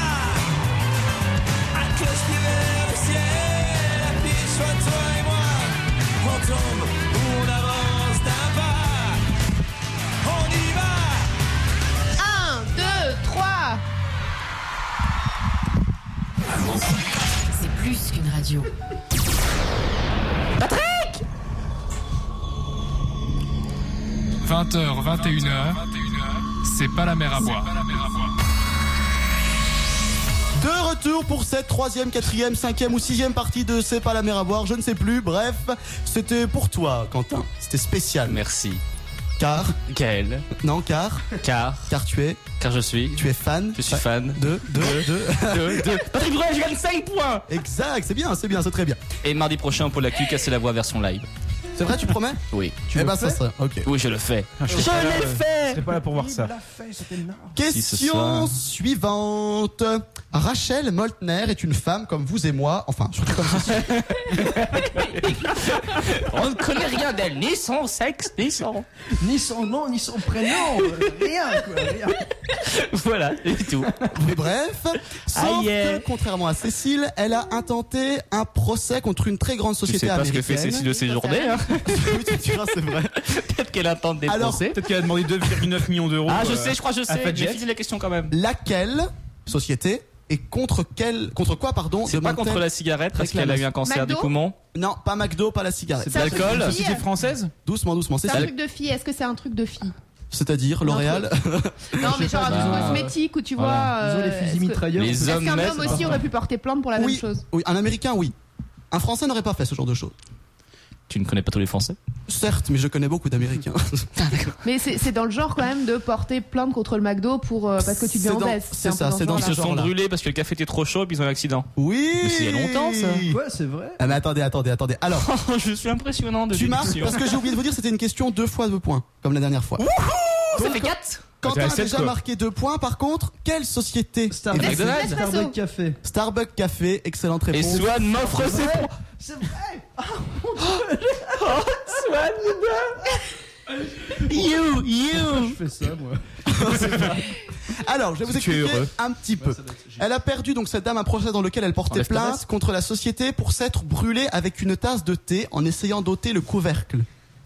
K: À cloche pied vers le ciel, à pied soit toi et moi. On tombe ou on avance d'un pas. On y va.
F: 1, 2, 3
L: C'est plus qu'une radio.
M: Patrick
B: 20h, 21h, c'est pas la mer à boire.
C: De retour pour cette troisième, quatrième, cinquième ou sixième partie de C'est pas la mer à boire, je ne sais plus. Bref, c'était pour toi, Quentin. C'était spécial.
E: Merci.
C: Car,
E: Gaël,
C: non, car,
E: car,
C: car tu es,
E: car je suis,
C: tu es fan.
E: je suis fan
C: De, de, de.
E: de, de- Patrick Bruel, je gagne 5 points
C: Exact, c'est bien, c'est bien, c'est très bien.
E: Et mardi prochain, pour la cul, casser la voix version live.
C: C'est vrai, tu promets
E: Oui.
C: Tu eh ben, ça serait. Ok.
E: Oui, je le fais.
D: Je l'ai fait Je serais pas là pour voir ça.
E: Si, ce
C: Question
E: soir.
C: suivante. Rachel Moltner est une femme comme vous et moi, enfin surtout comme ceci.
E: On ne connaît rien d'elle, ni son sexe, ni son.
G: Ni son nom, ni son prénom. rien, quoi. Rien.
E: Voilà, et tout.
C: Mais bref, sauf
E: Aïe, aïe.
C: que, contrairement à Cécile, elle a intenté un procès contre une très grande
E: Tu
C: société
E: sais pas ce que
C: américaine.
E: fait Cécile de ses journées, hein.
C: Oui, tu- tu vois, c'est vrai.
E: Peut-être qu'elle attend des
C: Alors,
E: pensées.
D: Peut-être qu'elle a demandé 2,9 millions d'euros.
E: Ah, je
D: euh,
E: sais, je crois, je
D: à
E: sais. J'ai
D: Fadjet.
E: fini la question quand même.
C: Laquelle société et contre quelle contre quoi pardon
E: C'est pas
C: demande-t-elle-
E: contre la cigarette parce qu'elle a eu un cancer
F: McDo
E: des poumons.
C: Non, pas McDo, pas la cigarette.
F: Ça,
E: l'alcool.
F: c'est une fille,
D: Société française
C: Doucement, doucement,
F: C'est un
C: Cécile.
F: truc de fille, est-ce que c'est un truc de fille
C: C'est-à-dire L'Oréal.
F: Non, mais genre un truc
E: Bah,
F: cosmétique où tu vois.
E: voilà.
F: euh,
G: Ils ont les fusils
F: est-ce que-
G: mitrailleurs.
E: Les
F: Est-ce
E: hommes
F: qu'un
E: mettent-
F: homme aussi aurait pu porter plainte pour la même
C: Oui,
F: chose
C: oui, un américain oui. Un français n'aurait pas fait ce genre de choses.
E: Tu ne connais pas tous les Français
C: Certes, mais je connais beaucoup d'américains.
F: Mais c'est c'est dans le genre quand même de porter plainte contre le McDo pour, euh, parce que tu deviens
C: C'est dans-
F: obèse.
C: c'est
F: un peu
C: ça, c'est
F: ce
C: dans
E: Ils
F: genre-là.
E: se sont
C: Voilà.
E: brûlés parce que le café était trop chaud et puis ils ont eu un accident.
C: Oui.
E: Mais c'est il y a longtemps, ça.
G: Ouais, c'est vrai.
C: Ah mais attendez, attendez, attendez. Alors,
D: Oh,
E: je suis impressionnant de
C: tu marques parce que j'ai oublié de vous dire, c'était une question deux fois deux points, comme la dernière fois.
E: ça fait 4
C: Quentin a
D: Ah, t'es à sept,
C: déjà
D: quoi.
C: marqué deux points. Par contre, quelle société
G: Starbucks,
E: Et McDonald's
G: Starbucks Café.
C: Starbucks Café, excellente
E: Et
C: réponse.
E: Swan m'offre ses Ah. points.
G: C'est vrai.
C: Oh,
E: Swan You, you
G: Je fais ça, moi.
C: Alors, je vais vous
D: Si tu es
C: expliquer
D: heureux.
C: un petit peu. Elle a perdu donc cette dame un procès dans lequel elle portait
E: Enlève ta
C: plainte
E: veste.
C: contre la société pour s'être brûlée avec une tasse de thé en essayant d'ôter le couvercle.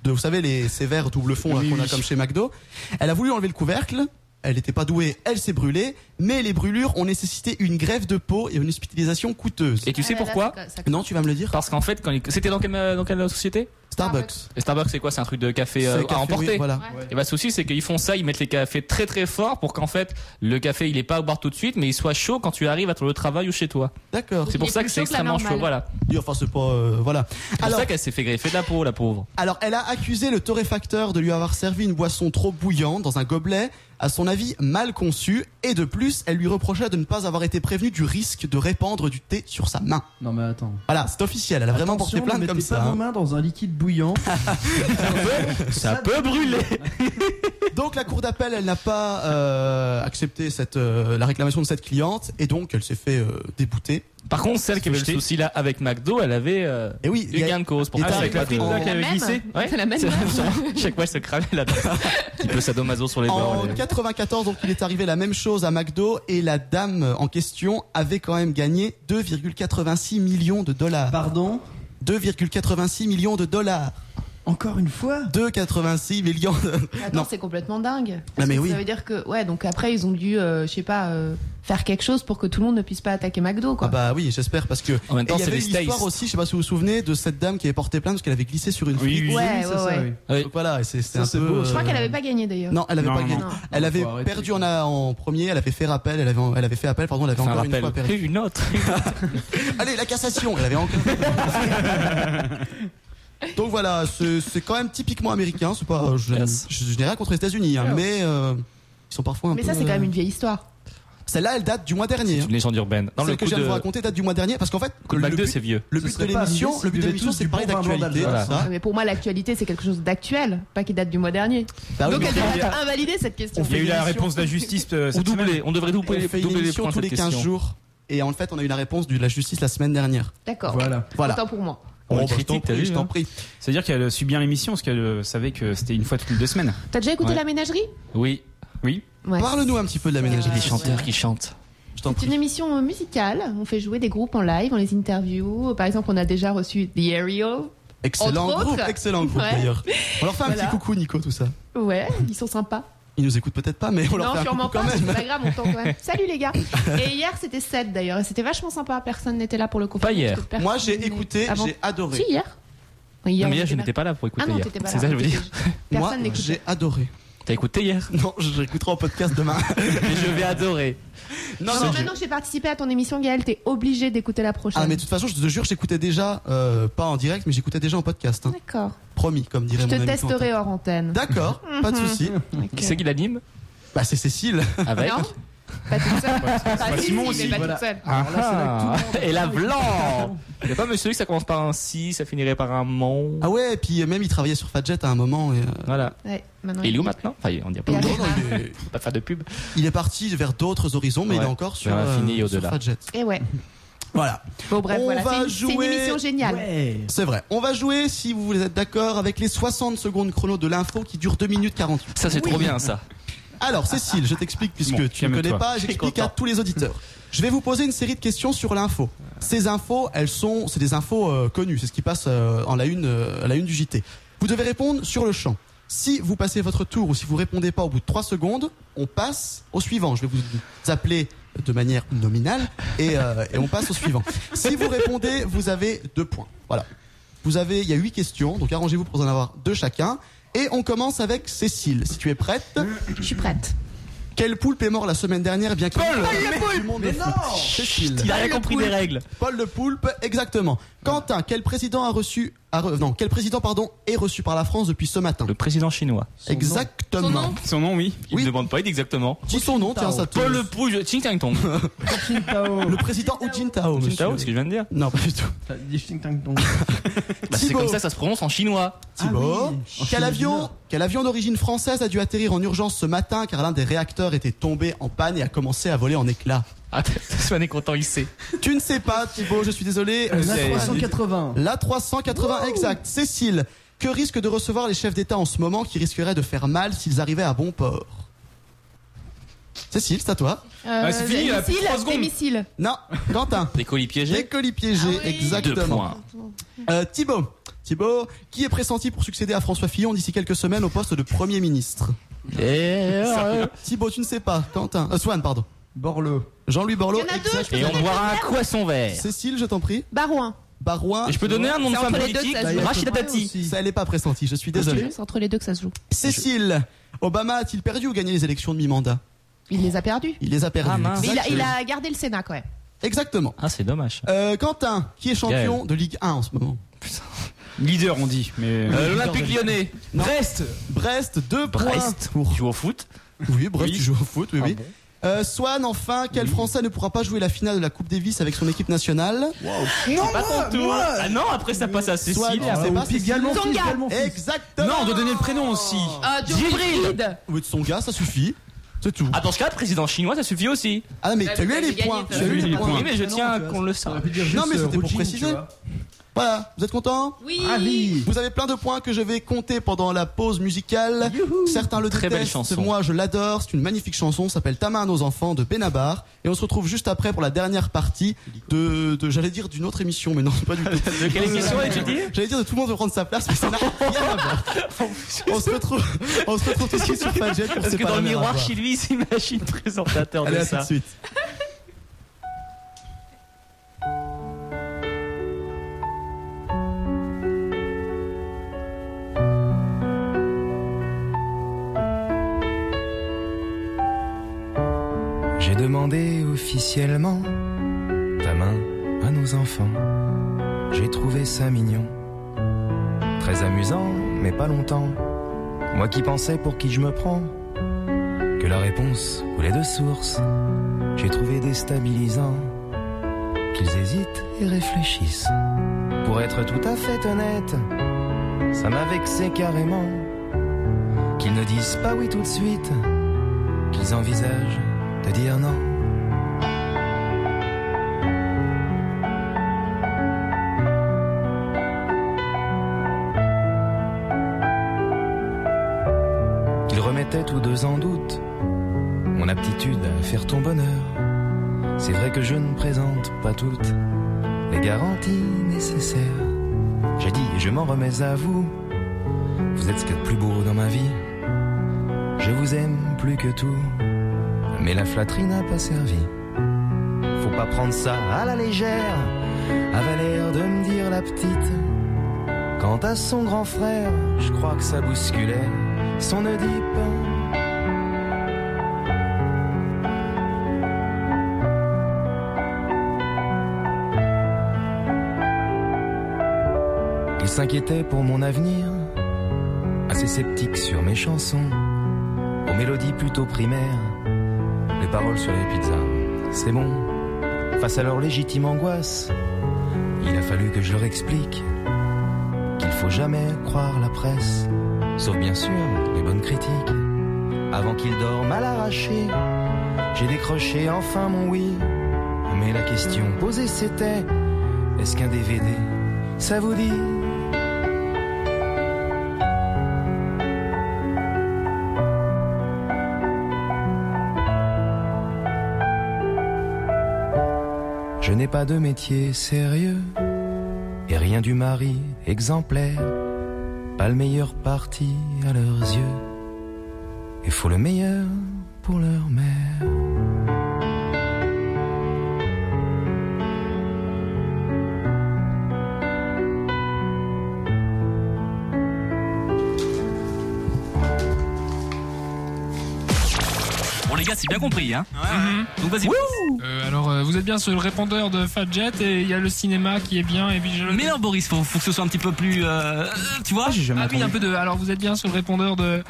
C: de, vous savez, les, ces verres double fond là,
E: Oui,
C: qu'on a
E: oui.
C: comme chez McDo. Elle a voulu enlever le couvercle. Elle n'était pas douée, elle s'est brûlée, mais les brûlures ont nécessité une grève de peau et une hospitalisation coûteuse.
D: Et tu sais
F: Ah là là,
D: pourquoi
F: ça- ça-
C: Non, tu vas me le dire
D: Parce qu'en fait, quand il- c'était dans quelle, euh, dans quelle société
C: Starbucks.
D: Et Starbucks, c'est quoi C'est un truc de café, euh,
C: C'est café,
D: à
C: oui,
D: emporter.
C: voilà.
D: Et bah, le souci, c'est qu'ils font ça, ils mettent les cafés très très fort pour qu'en fait, le café, il est pas à boire tout de suite, mais il soit chaud quand tu arrives à ton lieu de travail ou chez toi.
C: D'accord.
F: Donc,
D: C'est
F: il
D: pour
F: est
D: ça
F: plus
D: que c'est
F: chaud que la
D: extrêmement chaud,
F: normale.
D: voilà.
C: Oui, Enfin, c'est pas euh, voilà.
D: C'est pour
C: Alors,
D: ça qu'elle s'est fait greffer de la peau, la pauvre.
C: alors, elle a accusé le torréfacteur de lui avoir servi une boisson trop bouillante dans un gobelet, à son avis mal conçu, et de plus, elle lui reprochait de ne pas avoir été prévenue du risque de répandre du thé sur sa main.
G: Non, mais attends.
C: Voilà, c'est officiel. Elle a vraiment
G: Attention,
C: porté
G: ne
C: plainte comme
G: mettez
C: ça.
G: pas
C: hein.
G: vos mains dans un liquide bouillant.
D: Ça peut brûler
C: Donc la cour d'appel, elle n'a pas euh, accepté cette euh, la réclamation de cette cliente et donc elle s'est fait euh, débouter.
D: Par contre, celle qui avait le
E: Jeter.
D: souci là avec McDo, elle avait euh,
C: Et Eh oui, il
D: eu
C: y a-
D: gain de cause pour
C: il est
D: ça.
C: arrivé
D: avec
E: avec
D: la
E: la
D: photo.
E: Frida qui avait glissé.
D: Ouais.
F: C'est la même
D: C'est-
F: meuf.
D: sûrement. Chaque fois, elle se cramait là dedans Un petit peu sadomaso sur les bords.
C: en 94, donc il est arrivé la même chose à McDo et la dame en question avait quand même gagné 2,86 millions de dollars.
G: Pardon
C: 2,86 millions de dollars.
G: Encore une fois
C: 2,86 millions. de-
F: Attends,
C: Non.
F: c'est complètement dingue.
C: Ah,
F: Parce
C: mais
F: que
C: oui.
F: Ça veut dire que, ouais, donc après, ils ont dû, euh, je sais pas, euh, faire quelque chose pour que tout le monde ne puisse pas attaquer McDo,
C: Ah
F: quoi.
C: bah oui, j'espère parce que
D: En même temps,
C: Et il y
D: c'est
C: avait
D: les States.
C: l'histoire aussi, je sais pas si vous vous souvenez de cette dame qui avait porté plainte parce qu'elle avait glissé sur une
E: Oui,
C: fille.
E: oui.
F: ouais, ouais, ouais.
D: Oui.
C: Voilà, et c'est c'était
G: Ça,
C: un
G: c'est
C: peu.
G: beau.
F: Je crois
C: euh,
F: qu'elle avait pas gagné hein. d'ailleurs.
C: Non, elle avait
E: Non,
C: pas
E: non,
C: gagné.
F: non.
C: Elle
G: Non,
C: avait
G: faut arrêter,
C: perdu en, a- en premier, elle avait fait rappel, elle avait, elle avait fait appel, pardon, elle avait
D: Enfin,
C: encore une
D: rappel.
C: fois perdu.
D: Une autre.
C: Allez, la cassation, elle avait encore. Donc voilà, c'est c'est quand même typiquement américain, c'est pas. euh, Je,
D: Yes.
C: je- je n'ai rien contre les États-Unis, hein, mais euh, ils sont parfois un
F: Mais
C: peu. euh,
F: ça, c'est quand même une vieille histoire.
C: Celle-là, elle date du mois dernier.
D: C'est
C: hein.
D: une légende urbaine. Dans
C: Celle
D: le
C: que
D: coup
C: je viens de vous
D: de
C: raconter date du mois dernier, parce qu'en fait,
D: coup de
C: le,
D: McDo,
C: but-
D: c'est vieux.
C: le
G: Ce
C: but de
G: serait pas arrivé
C: l'émission,
G: s'ils
C: le but de
G: buvaient
C: l'émission,
G: tous
C: c'est de
G: du
C: parler
G: bon vin
C: d'actualité.
E: Ah.
G: d'Alsace.
C: tout ça.
F: Mais pour moi, l'actualité, c'est quelque chose d'actuel, pas qui date du mois dernier.
C: Bah oui,
F: Donc,
C: mais
F: elle
E: fait-
F: devrait être invalidée, cette question.
E: Il y a eu la réponse de la justice euh,
D: Ou
E: cette semaine.
D: doubler. On devrait
C: on
D: doubler
C: fait
D: doubler
C: une
D: les
C: émission
D: points
C: tous
D: de
C: les
D: cette
C: 15
D: question.
C: jours. Et en fait, on a eu la réponse de la justice la semaine dernière.
F: D'accord.
G: Voilà.
C: Voilà.
F: Autant pour moi.
D: On
C: Oh,
D: le
C: bah, je t'en
D: critique, t'as
C: prie,
D: vu
C: je
D: hein.
C: t'en prie.
E: C'est-à-dire qu'elle subit bien l'émission parce qu'elle euh, savait que c'était une fois toutes les deux semaines.
F: T'as déjà écouté
E: Ouais.
F: la ménagerie
D: Oui.
E: Oui.
F: Ouais.
C: Parle-nous un petit peu de la ménagerie.
F: Euh,
D: Les chanteurs qui chantent.
C: Je t'en
F: C'est
C: prie.
F: une émission euh, musicale. On fait jouer des groupes en live, on les interview. Par exemple, on a déjà reçu The Aerial.
C: Excellent
F: Entre
C: groupe,
F: autres.
C: excellent groupe
F: Ouais.
C: d'ailleurs. On leur fait un
F: Voilà.
C: petit coucou, Nico, tout ça.
F: Ouais, ils sont sympas.
C: Ils nous écoutent peut-être pas, Ah, mais on leur
F: non,
C: fait un coucou
F: sûrement
C: quand
F: pas, c'est
C: même.
F: pas grave, on t'entend quand même. Salut les gars. Et hier, c'était 7 d'ailleurs, et c'était vachement sympa, personne n'était là pour le confinement.
D: Pas hier.
F: parce que personne
C: Moi, j'ai
F: n'est-
C: écouté,
F: Avant-
C: j'ai adoré.
F: Ah Si, hier. Oui,
D: Non,
F: on
D: mais hier, je
F: était
D: n'étais
F: là.
D: pas là pour écouter
F: Ah non,
D: hier.
F: t'étais pas là.
D: C'est ça que je veux dire.
C: Moi,
F: Personne n'écoutait.
C: j'ai adoré.
D: T'as écouté hier
C: Non, je l'écouterai en podcast demain.
D: Mais je vais adorer.
C: non,
F: Non,
C: non.
F: maintenant que j'ai participé à ton émission, Gaël, t'es obligé d'écouter la prochaine.
C: Ah, mais de toute façon, je te jure, j'écoutais déjà, euh, pas en direct, mais j'écoutais déjà en podcast. hein.
F: D'accord.
C: Promis, comme dirait
F: Je
C: mon
F: te
C: ami.
F: testerai
C: Quentin.
F: hors antenne. Mhm.
C: D'accord, pas de souci.
F: Ok.
D: Qui c'est qui l'anime
C: Bah, c'est Cécile.
D: Avec
F: Non Pas toute seule.
C: Bah,
D: Bah,
F: Pas si,
E: Simon
F: si,
E: aussi,
F: mais pas
G: voilà.
F: toute seule.
D: Ah ah. Et la blanc Il n'y a pas monsieur que ça commence par un si, ça finirait par un mon.
C: Ah ouais, et puis euh, même il travaillait sur Fadjet à un moment. Et, euh,
D: Voilà.
F: Ouais, maintenant,
D: Et il est où maintenant Enfin, on dirait pas,
F: Et
D: on
F: alors
C: non, non, il, est,
D: peut pas faire de pub.
C: il est parti vers d'autres horizons, mais
D: Ouais,
C: il est encore sur,
D: vers l'infini
C: euh,
D: et
C: sur
D: au-delà.
C: Fadjet.
F: Et Eh ouais.
C: Voilà.
F: Bon, bref,
C: On
F: voilà.
C: va
F: C'est une- C'est une
C: jouer-
F: émission géniale.
G: Ouais.
C: C'est vrai. On va jouer, si vous êtes d'accord, avec les 60 secondes chrono de l'info qui dure 2 minutes 48.
D: Ça, c'est trop bien, ça.
C: Alors, Cécile, je t'explique puisque
E: Bon,
C: tu ne connais
E: calme-toi.
C: pas, j'explique à tous les auditeurs. Je vais vous poser une série de questions sur l'info. Ces infos, elles sont, c'est des infos euh, connues, c'est ce qui passe euh, en la une, euh, à la une du JT. Vous devez répondre sur le champ. Si vous passez votre tour ou si vous répondez pas au bout de 3 secondes, on passe au suivant. Je vais vous appeler de manière nominale et, euh, et on passe au suivant. Si vous répondez, vous avez deux points. Voilà. Vous avez, il y a huit questions, donc arrangez-vous pour en avoir deux chacun. Et on commence avec Cécile. Si tu es prête,
F: Je suis prête.
C: quelle poulpe est mort la semaine dernière bien qu'il du monde de foot Cécile.
D: Il a rien compris des règles.
C: Paul le poulpe, exactement. Quentin, quel président a reçu a re- non, quel président pardon est reçu par la France depuis ce matin
D: Le président chinois.
G: Son
C: Exactement.
F: Son nom
E: Son nom, oui.
D: Il
C: Oui.
D: ne demande pas, il dit exactement.
C: Dis son nom, tiens ça te-
D: Paul le Pouge, Ting Tang Tong.
G: Tao.
C: Le président Hu Jintao.
D: Ting
C: monsieur.
D: Tao, c'est ce que je viens de dire.
C: Non, pas du tout.
G: T'as dit Shting Tang Tong.
D: Bah, c'est
C: Thibaut.
D: comme ça, ça se prononce en chinois.
E: Ah
C: Thibaut,
G: oui, en
C: quel
G: Chine du
C: avion,
G: Nord.
C: quel avion d'origine française a dû atterrir en urgence ce matin car l'un des réacteurs était tombé en panne et a commencé à voler en éclats
D: Ah, Swan est content, il sait. Euh,
C: Tu ne sais pas, Thibaut, je suis désolé.
G: La
D: C'est-
G: 380.
C: La 380 exact. Cécile, que risquent de recevoir les chefs d'État en ce moment qui risqueraient de faire mal s'ils arrivaient à bon port Cécile, c'est à toi.
F: Euh,
E: Ah,
D: Ah,
E: c'est fini,
F: les
E: là, plus de
F: missiles,
E: trois secondes.
F: les missiles.
C: Non, Quentin.
D: Des colis piégés.
C: Les colis piégés,
F: Ah oui.
C: exactement.
D: Deux points.
C: Euh, Thibaut, Thibaut, qui est pressenti pour succéder à François Fillon d'ici quelques semaines au poste de Premier ministre
D: Eh, euh,
C: Thibaut, tu ne sais pas. Quentin, euh, Swan, pardon.
G: Borloo.
C: Jean-Louis Borloo.
F: Il y en a deux,
C: exact.
F: je
D: Et on boira un poisson vert.
C: Cécile, je t'en prie.
F: Barouin.
C: Barouin.
D: Et je peux donner un nom de
J: C'est
D: femme
J: entre les deux,
D: politique
J: ça se
G: joue.
D: Rachida Dati.
G: aussi.
C: Ça, elle n'est pas pressentie, je suis désolé.
F: C'est entre les deux que ça se joue.
C: Cécile, Obama a-t-il perdu ou gagné les élections de mi-mandat
F: Il les a perdus.
C: Il les a perdues.
D: Ah, mince.
F: Mais il a, il a gardé le Sénat quand même.
C: Exactement.
D: Ah, c'est dommage.
C: Euh, Quentin, qui est champion de Ligue 1 en ce moment
E: Leader, on dit. Mais
D: Euh, L'Olympique lyonnais. Brest.
C: Brest, 2 points.
D: Brest. Tu joues au foot. Ah
C: Oui, Brest, tu joues au foot, oui, oui. Euh, Swan, enfin, quel Français ne pourra pas jouer la finale de la Coupe Davis avec son équipe nationale
D: Pas ton tour. Ah non, après ça passe à
C: Swan,
D: Cécile. Ah,
C: tu sais pas, Cécile
G: Galmont,
F: Tonga.
G: fils, Galmont, fils.
C: Exactement
E: Non, on doit donner le prénom aussi.
G: Ah,
F: Euh, Gilles
C: Oui, de son gars, ça suffit. C'est tout.
D: Ah, dans ce cas, président chinois, ça suffit aussi.
C: Ah, mais
J: Ah,
C: tu as
J: vous
C: eu
J: avez
C: les
J: gagné,
C: points.
J: ça.
C: tu as eu
E: Oui,
C: les
E: les
C: points.
E: points.
D: Oui, mais je tiens à qu'on le sache.
G: J'aurais pu dire
C: Non,
G: juste,
C: mais c'était
G: euh,
C: pour
G: Routine,
C: préciser.
G: tu vois.
C: Voilà, vous êtes content
J: Oui.
G: Ah oui.
C: Vous avez plein de points que je vais compter pendant la pause musicale. Certains le
D: Très belle
C: détestent,
D: chanson.
C: moi je l'adore. C'est une magnifique chanson, s'appelle Ta main à nos enfants de Benabar. Et on se retrouve juste après pour la dernière partie de, de- j'allais dire d'une autre émission, mais non, pas du tout. Euh,
D: De quelle émission tu dit
C: J'allais dire de tout le monde veut prendre sa place, mais ça n'a rien à voir. On se retrouve, on se retrouve tout de suite sur Fadjet pour
D: Parce
C: C'est
D: que
C: pas
D: dans
C: la
D: le
C: mer à
D: miroir,
C: voir.
D: chez lui, il s'imagine présentateur
C: Allez,
D: de
C: à tout de
D: ça.
C: suite.
N: J'ai demandé officiellement ta main à nos enfants. J'ai trouvé ça mignon. Très amusant, mais pas longtemps. Moi qui pensais pour qui je me prends que la réponse coulait de source. J'ai trouvé déstabilisant qu'ils hésitent et réfléchissent. Pour être tout à fait honnête, ça m'a vexé carrément qu'ils ne disent pas oui tout de suite, qu'ils envisagent de dire non. Qu'ils remettaient tous deux en doute mon aptitude à faire ton bonheur. C'est vrai que je ne présente pas toutes les garanties nécessaires. J'ai dit et je m'en remets à vous. Vous êtes ce qu'il y a de plus beau dans ma vie. Je vous aime plus que tout mais la flatterie n'a pas servi. Faut pas prendre ça à la légère, avait l'air de me dire la petite. Quant à son grand frère, je crois que ça bousculait son Oedipe. Il s'inquiétait pour mon avenir, assez sceptique sur mes chansons, aux mélodies plutôt primaires les paroles sur les pizzas. C'est bon. Face à leur légitime angoisse, il a fallu que je leur explique qu'il faut jamais croire la presse, sauf bien sûr les bonnes critiques. Avant qu'ils dorment à l'arraché, j'ai décroché enfin mon oui. Mais la question posée c'était est-ce qu'un DVD, ça vous dit Je n'ai pas de métier sérieux et rien du mari exemplaire. Pas le meilleur parti à leurs yeux et faut le meilleur pour leur mère.
D: Bon, les gars, c'est bien compris, hein.
B: Mhm.
D: Donc vas-y.
B: Euh, alors, euh, vous êtes bien sur le répondeur de Fadjet et il y a le cinéma qui est bien et puis je-
D: Mais non, Boris, faut, faut que ce soit un petit peu plus. euh, euh, tu vois
E: j'ai jamais
B: Ah oui, un peu de. Alors, vous êtes bien sur le répondeur de.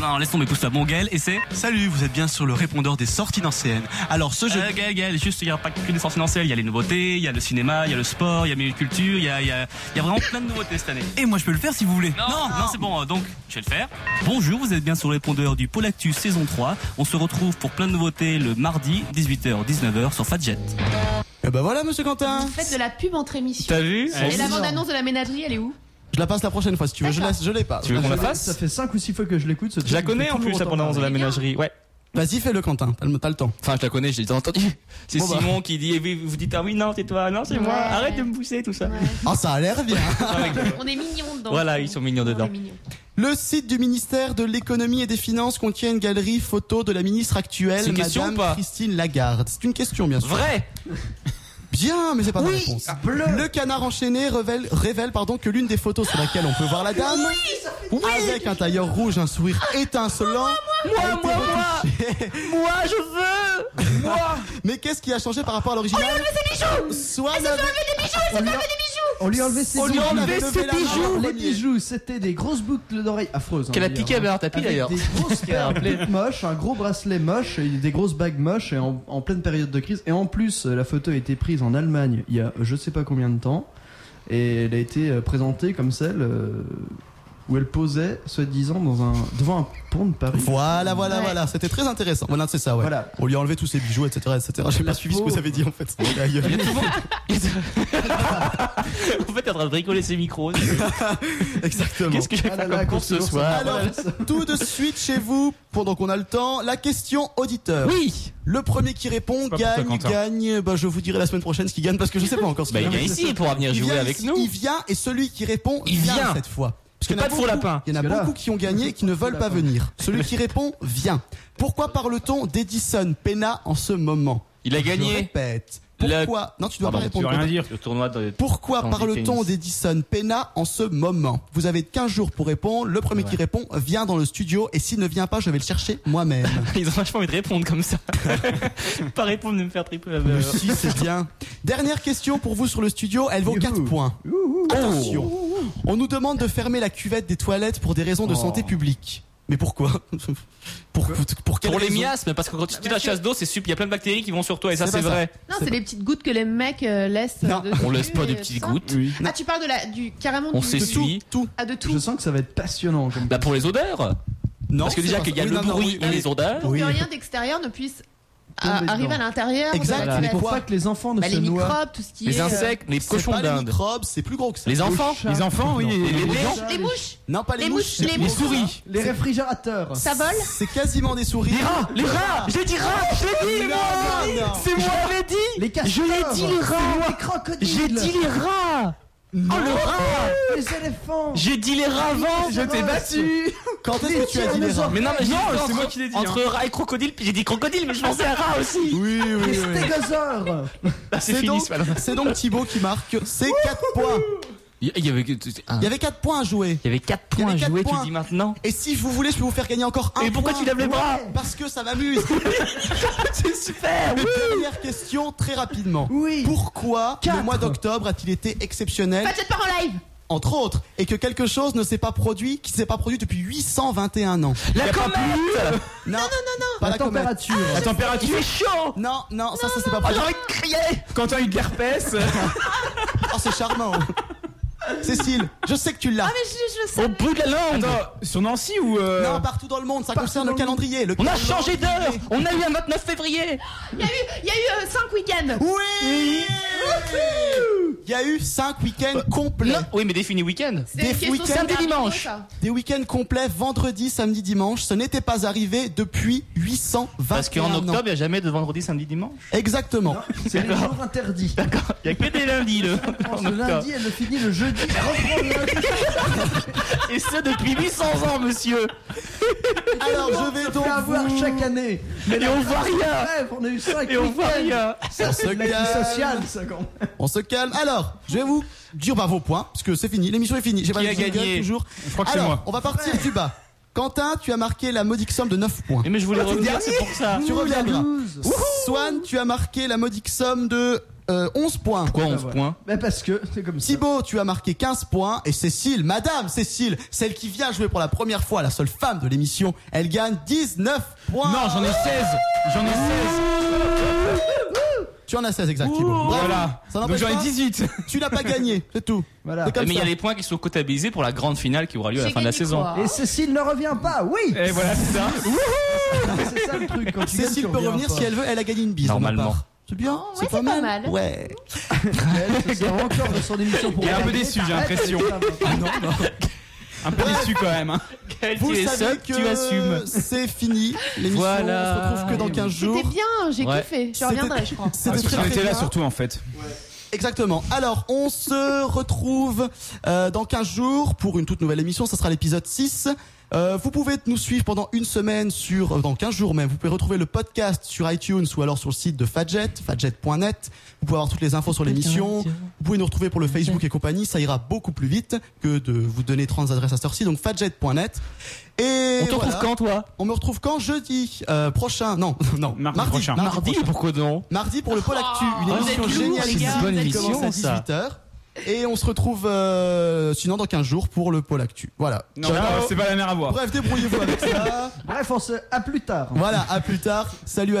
D: Non, laisse tomber, pousse-toi. Bon, Gaël, essaie.
A: Salut, vous êtes bien sur le répondeur des sorties dans CN. Alors ce
D: Euh, Gaël, Gaël, juste, il n'y a pas que des sorties financières. Il y a les nouveautés, il y a le cinéma, il y a le sport, il y a la culture, il y a, il y a- il y a vraiment plein de nouveautés cette année.
A: Et moi je peux le faire si vous voulez.
D: Non, non, c'est bon, euh, donc je vais le faire. Bonjour, vous êtes bien sur les pondeurs du Pôle Actu saison 3. On se retrouve pour plein de nouveautés le mardi 18h 19h sur Fatjet.
C: Et ben voilà, monsieur Quentin.
F: Faites de la pub entre émissions.
D: T'as vu
F: Et la bande-annonce de la ménagerie, elle est où
C: Je la passe la prochaine fois si
G: Ah,
C: tu veux. Je l'ai, je l'ai pas.
D: Tu veux qu'on la
G: Ça
D: fasse
G: fait 5 ou 6 fois que je l'écoute. ce truc,
D: Je la
G: il
D: connais
G: fait
D: en plus
G: toujours
D: la
G: autant
D: bande-annonce de la
F: parler.
D: ménagerie. Ouais.
C: Vas-y, fais-le, Quentin. T'as le, t'as le temps.
H: Enfin, je la connais, je l'ai déjà entendue.
D: C'est
C: Bon, bah.
D: Simon qui dit, et vous, vous dites, ah oui, non, c'est toi, non, c'est moi,
F: Ouais.
D: arrête de me pousser, tout ça.
C: Ah, ça a l'air bien.
F: On est mignons dedans.
D: voilà, ils sont mignons dedans.
C: Le site du ministère de l'économie et des finances contient une galerie photo de la ministre
D: C'est
C: actuelle,
D: une question
C: Madame
D: ou pas
C: Christine Lagarde. C'est une question, bien sûr.
D: Vrai
C: Bien, mais c'est pas ta réponse.
A: ah,
C: Le canard enchaîné révèle, révèle pardon, que l'une des photos sur laquelle on peut voir la dame, avec un tailleur rouge, un sourire
A: Ah,
C: étincelant, a été retouchée.
A: Moi, je veux Moi
C: Mais qu'est-ce qui a changé par rapport à l'original
A: On lui a enlevé ses bijoux
C: Soit
A: Elle s'est fait
C: n'avait-
A: enlever des bijoux Elle s'est fait
C: On lui a-
A: enlever des bijoux
G: On lui a enlevé ses
C: On lui a
G: bijoux.
C: enlevé ses
G: Levé la main
C: bijoux.
G: en premier. Les bijoux, c'était des grosses boucles d'oreilles affreuses. hein,
H: Qu'elle a
G: d'ailleurs,
H: piqué à
G: hein.
H: Bernard Tapie,
G: Avec
H: d'ailleurs.
G: Des grosses
H: Qu'elle a
G: paires de
H: appelé.
G: lunettes moches, un gros bracelet moche, et des grosses bagues moches, et en, en pleine période de crise. Et en plus, euh, la photo a été prise en Allemagne il y a je sais pas combien de temps, et elle a été euh, présentée comme celle euh, où elle posait, soi-disant, dans un devant un pont de Paris.
C: Voilà, voilà, voilà. C'était très intéressant. Voilà, c'est ça, ouais.
G: Voilà.
C: On lui a enlevé tous ses bijoux, etc., etc. J'ai pas suivi ce que vous avez dit, en fait. Aïe.
D: En fait, t'es en train de bricoler ses micros.
C: Exactement. Ah
D: Qu'est-ce que j'ai fait comme course ce soir
C: Alors, tout de suite chez vous, pendant qu'on a le temps, la question auditeur.
H: Oui.
C: Le premier qui répond
E: pas pour toi,
C: gagne,
E: Quentin.
C: gagne. Bah, je vous dirai la semaine prochaine ce qu'il gagne parce que je sais pas encore ce
H: Bah,
C: qu'il
H: il vient
C: gagne.
H: ici pour venir
C: Il
H: jouer
C: vient
H: avec
C: ici,
H: nous.
C: Il vient et celui qui répond
H: Il
C: vient,
H: vient.
C: cette fois. Parce qu'il y en
H: pas
C: a
H: de faux
C: beaucoup-
H: lapins.
C: Il y en a
G: Parce que là-
C: beaucoup qui ont gagné qui ne veulent pas venir. Celui qui répond vient. Pourquoi parle-t-on d'Edison Pena en ce moment
H: Il a
C: Je
H: gagné.
C: répète.
H: Le-
C: Pourquoi Non, tu dois
H: Pardon,
C: pas
E: Tu
C: répondre.
E: veux rien dire.
D: Le tournoi de.
C: Pourquoi
H: Attends,
C: parle-t-on
H: j'ai fait
C: d'Edison Pena en ce moment Vous avez 15 jours pour répondre. Le premier qui répond vient dans le studio et s'il ne vient pas, je vais le chercher moi-même.
D: Ils ont vachement envie de répondre comme ça. pas répondre de me faire triple.
C: Mais si, c'est bien. Dernière question pour vous sur le studio. Elle vaut 4 points.
D: Oh.
C: Attention. On nous demande de fermer la cuvette des toilettes pour des raisons de santé publique. Mais pourquoi Pour, pour, pour quelle
H: Pour les
C: raison
H: miasmes, parce que quand tu te la
F: Parce que-
H: chasse d'eau, c'est sup, il y a plein de bactéries qui vont sur toi, et ça,
C: C'est
H: c'est
C: pas ça.
H: vrai.
F: Bah, Non, c'est les petites gouttes que les mecs euh, laissent. euh,
C: Non,
F: dessus
H: On laisse pas de
F: et
H: petites
F: tout ça.
H: gouttes.
F: Ah, tu parles de la, du, carrément
H: On
F: du-
H: s'est
F: de
H: su- Suit.
C: Tout, tout.
F: Ah, de tout.
G: Je sens que ça va être passionnant. Comme...
H: Bah, pour les odeurs.
C: Non,
H: Parce que
C: c'est
H: déjà
C: pas
H: qu'il y a
C: ça.
H: le
C: Oui, non, non,
H: bruit et
C: oui,
H: les odeurs.
F: Pour
C: Oui.
F: que rien d'extérieur ne puisse
G: Tomber
F: euh,
G: dedans.
F: arriver à l'intérieur. de la
C: Exact,
G: Voilà.
C: mais
G: C'est
F: cuvette.
G: pour
C: quoi
G: ça que les enfants ne
F: Bah,
G: se
F: les
G: noient.
F: microbes, tout ce qui
H: Les
F: est. euh,
H: insectes, les
C: C'est
H: cochons
C: pas les
H: d'Inde.
C: microbes, c'est plus gros que ça.
H: Les enfants.
G: chats.
E: Les enfants, oui. et-
H: Les gens.
F: Les mouches,
C: Non, pas les,
F: les mouches,
C: c'est
F: les
C: plus
H: Les
F: mouches.
C: gros que ça.
H: souris.
G: Les réfrigérateurs.
F: ça vole.
C: C'est quasiment des souris.
H: Les rats. J'ai dit rats. Ah, Je l'ai
C: Non, non, non.
H: C'est moi qui l'ai dit.
G: Les castors.
H: l'ai dit, les rats.
G: C'est moi, Les crocodiles.
H: les rats. Oh le rat.
G: Les éléphants.
H: J'ai dit les rats avant.
G: Je t'ai battu.
C: Quand est-ce que tu as dit les rats
H: Mais non, mais j'ai dit entre-
E: moi qui
C: hein.
E: l'ai dit,
H: Entre rat et crocodile, puis j'ai dit crocodile, mais je pensais à rat aussi.
C: Oui,
G: Les
C: oui, oui.
G: stégosaures.
H: Ah, C'est fini,
C: donc,
H: ce matin.
C: c'est donc Thibaut qui marque ses 4 points.
H: Il y avait, ah. il
C: Il y avait 4 poins à jouer.
H: y avait 4
C: Il y avait
H: points à
C: quatre
H: jouer, tu
C: points.
H: dis maintenant.
C: Et si vous voulez, je peux vous faire gagner encore un
H: Et pourquoi
C: point.
H: tu lèves les bras
C: Parce que ça m'amuse.
H: C'est super.
C: Dernière question, très rapidement.
G: Oui.
C: Pourquoi le
G: Quatre.
C: mois d'octobre a-t-il été exceptionnel,
F: Fadjet part en live.
C: entre autres, et que quelque chose ne s'est pas produit, qui ne s'est pas produit depuis 821 ans
H: La comète
C: Non, non, non, non. Pas
G: La
C: la comète. Ah,
G: température.
E: La
H: Il
E: température.
H: fait chaud
C: Non, non, ça, ça s'est pas
H: Oh,
C: produit.
H: j'ai envie de crier
E: Quand t'as eu de l'herpès.
C: Oh, c'est charmant. Cécile, je sais que tu l'as.
F: Ah, mais je, je
H: Au
F: sais.
H: bout de la langue
E: Attends, sur Nancy ou. euh,
C: Non, partout dans le monde, ça
G: Partout
C: concerne
G: dans
C: le
G: le monde.
C: calendrier. Le
H: On a
C: calendrier.
H: changé d'heure On a eu un 29 février
F: Il y a eu, il y a eu 5 week-ends.
C: Oui Il y a eu 5 week-ends complets.
H: Bah, Non Oui, mais défini week-end
F: C'est une
C: Des
F: question
C: week-ends.
F: sur
H: Samedi,
F: Carlito,
H: dimanche.
F: ça.
C: Des week-ends complets, vendredi, samedi, dimanche. Ce n'était pas arrivé depuis 821
H: Parce qu'en
C: ans.
H: octobre, il n'y a jamais de vendredi, samedi, dimanche.
C: Exactement.
G: C'est les jours interdits.
H: Il n'y a que des lundis, le. en
G: Le
H: octobre.
G: lundi, elle le finit le jeudi. elle reprend le lundi.
H: Et ce, depuis 800 ans, monsieur
C: Alors je vais
G: On
C: donc
G: va avoir
C: vous...
G: chaque année. Mais
H: Et on voit rien
G: Bref, on a eu 5
H: Et on voit rien
C: On se
G: La vie
C: calme.
G: sociale, ça quand même.
C: On se calme. Alors, je vais vous dire bah, vos points parce que c'est fini, l'émission est finie. J'ai pas
H: Qui
C: le
H: a
C: jingle,
H: gagné
C: toujours.
E: Je crois que c'est
C: Alors,
E: moi.
C: on va partir du bas. Quentin, tu as marqué la modique somme de 9 points.
H: Et Eh, mais je voulais revenir, c'est pour ça
C: Tu reviendras.
G: douze.
C: Swan, tu as marqué la modique somme de euh, 11 points.
H: Quoi,
G: Ah,
H: 11
G: voilà.
H: points
G: Bah parce que c'est comme ça.
C: Thibaut, tu as marqué 15 points. Et Cécile, madame Cécile, celle qui vient jouer pour la première fois, la seule femme de l'émission, elle gagne 19 points.
E: Non, j'en ai 16. J'en ai 16.
C: Tu en as 16 exact, Thibaut. Bravo.
E: Voilà.
C: Ça
E: Donc
C: n'empêche
E: j'en ai
C: pas,
E: 18.
C: Tu n'as pas gagné, c'est tout.
G: Voilà.
C: C'est comme
H: Mais il y
C: ça.
H: a les points qui sont comptabilisés pour la grande finale qui aura lieu à la
F: J'ai
H: fin de la
F: gagné
H: saison.
F: quoi
G: Et Cécile ne revient pas, oui
E: Et voilà, c'est ça.
G: C'est ça le truc quand tu gagnes,
C: Cécile
G: tu
C: peut
G: reviens
C: revenir
G: pas.
C: si elle veut, elle a gagné une bise. de ma
H: Normalement.
C: part. C'est bien,
F: Oh, ouais,
C: c'est pas, mal. Ouais.
G: Elle, ce sera encore de son émission pour
E: Il est un peu
G: regarder.
E: Ah déçu, j'ai l'impression.
G: Arrête, putain.
E: Un peu déçu quand même. hein.
H: Michael,
C: Vous
H: tu es
C: savez
H: seul,
C: que
H: tu assumes.
C: c'est fini. L'émission,
H: Voilà.
C: on se retrouve que dans 15 jours.
F: C'était bien, hein, j'ai
E: Ouais.
F: kiffé. Je
C: C'était-
F: reviendrai, je crois.
C: C'était
H: Ah,
E: Parce que
C: très,
E: j'en
C: très
E: étais là
C: bien.
E: surtout en fait.
C: Exactement. Alors, on se retrouve euh, dans 15 jours pour une toute nouvelle émission. Ça sera l'épisode 6. Euh, vous pouvez nous suivre pendant une semaine sur, euh, dans 15 jours même. Vous pouvez retrouver le podcast sur iTunes ou alors sur le site de Fadjet, fadjet.net. Vous pouvez avoir toutes les infos sur l'émission. Vous pouvez nous retrouver pour le Facebook et compagnie. Ça ira beaucoup plus vite que de vous donner 30 adresses à cette heure-ci. Donc, fadjet.net. Et
H: On te retrouve
C: voilà.
H: quand, toi
C: On me retrouve quand jeudi euh, prochain. Non, non,
E: Mardi prochain.
H: Mardi,
C: prochain.
H: pourquoi non
C: Mardi pour le Pôle Actu, une
H: Oh,
C: émission
H: vous êtes lourds,
C: géniale.
H: les gars. C'est une bonne
C: qui commence
H: émission,
C: à
H: ça.
C: 18h. Et on se retrouve euh, sinon dans 15 jours pour le Pôle Actu. Voilà.
E: Non,
C: Ciao.
E: euh, c'est pas la mer à boire.
C: Bref, débrouillez-vous avec ça.
G: Bref, on se. À plus tard.
C: Voilà, à plus tard. Salut à tous.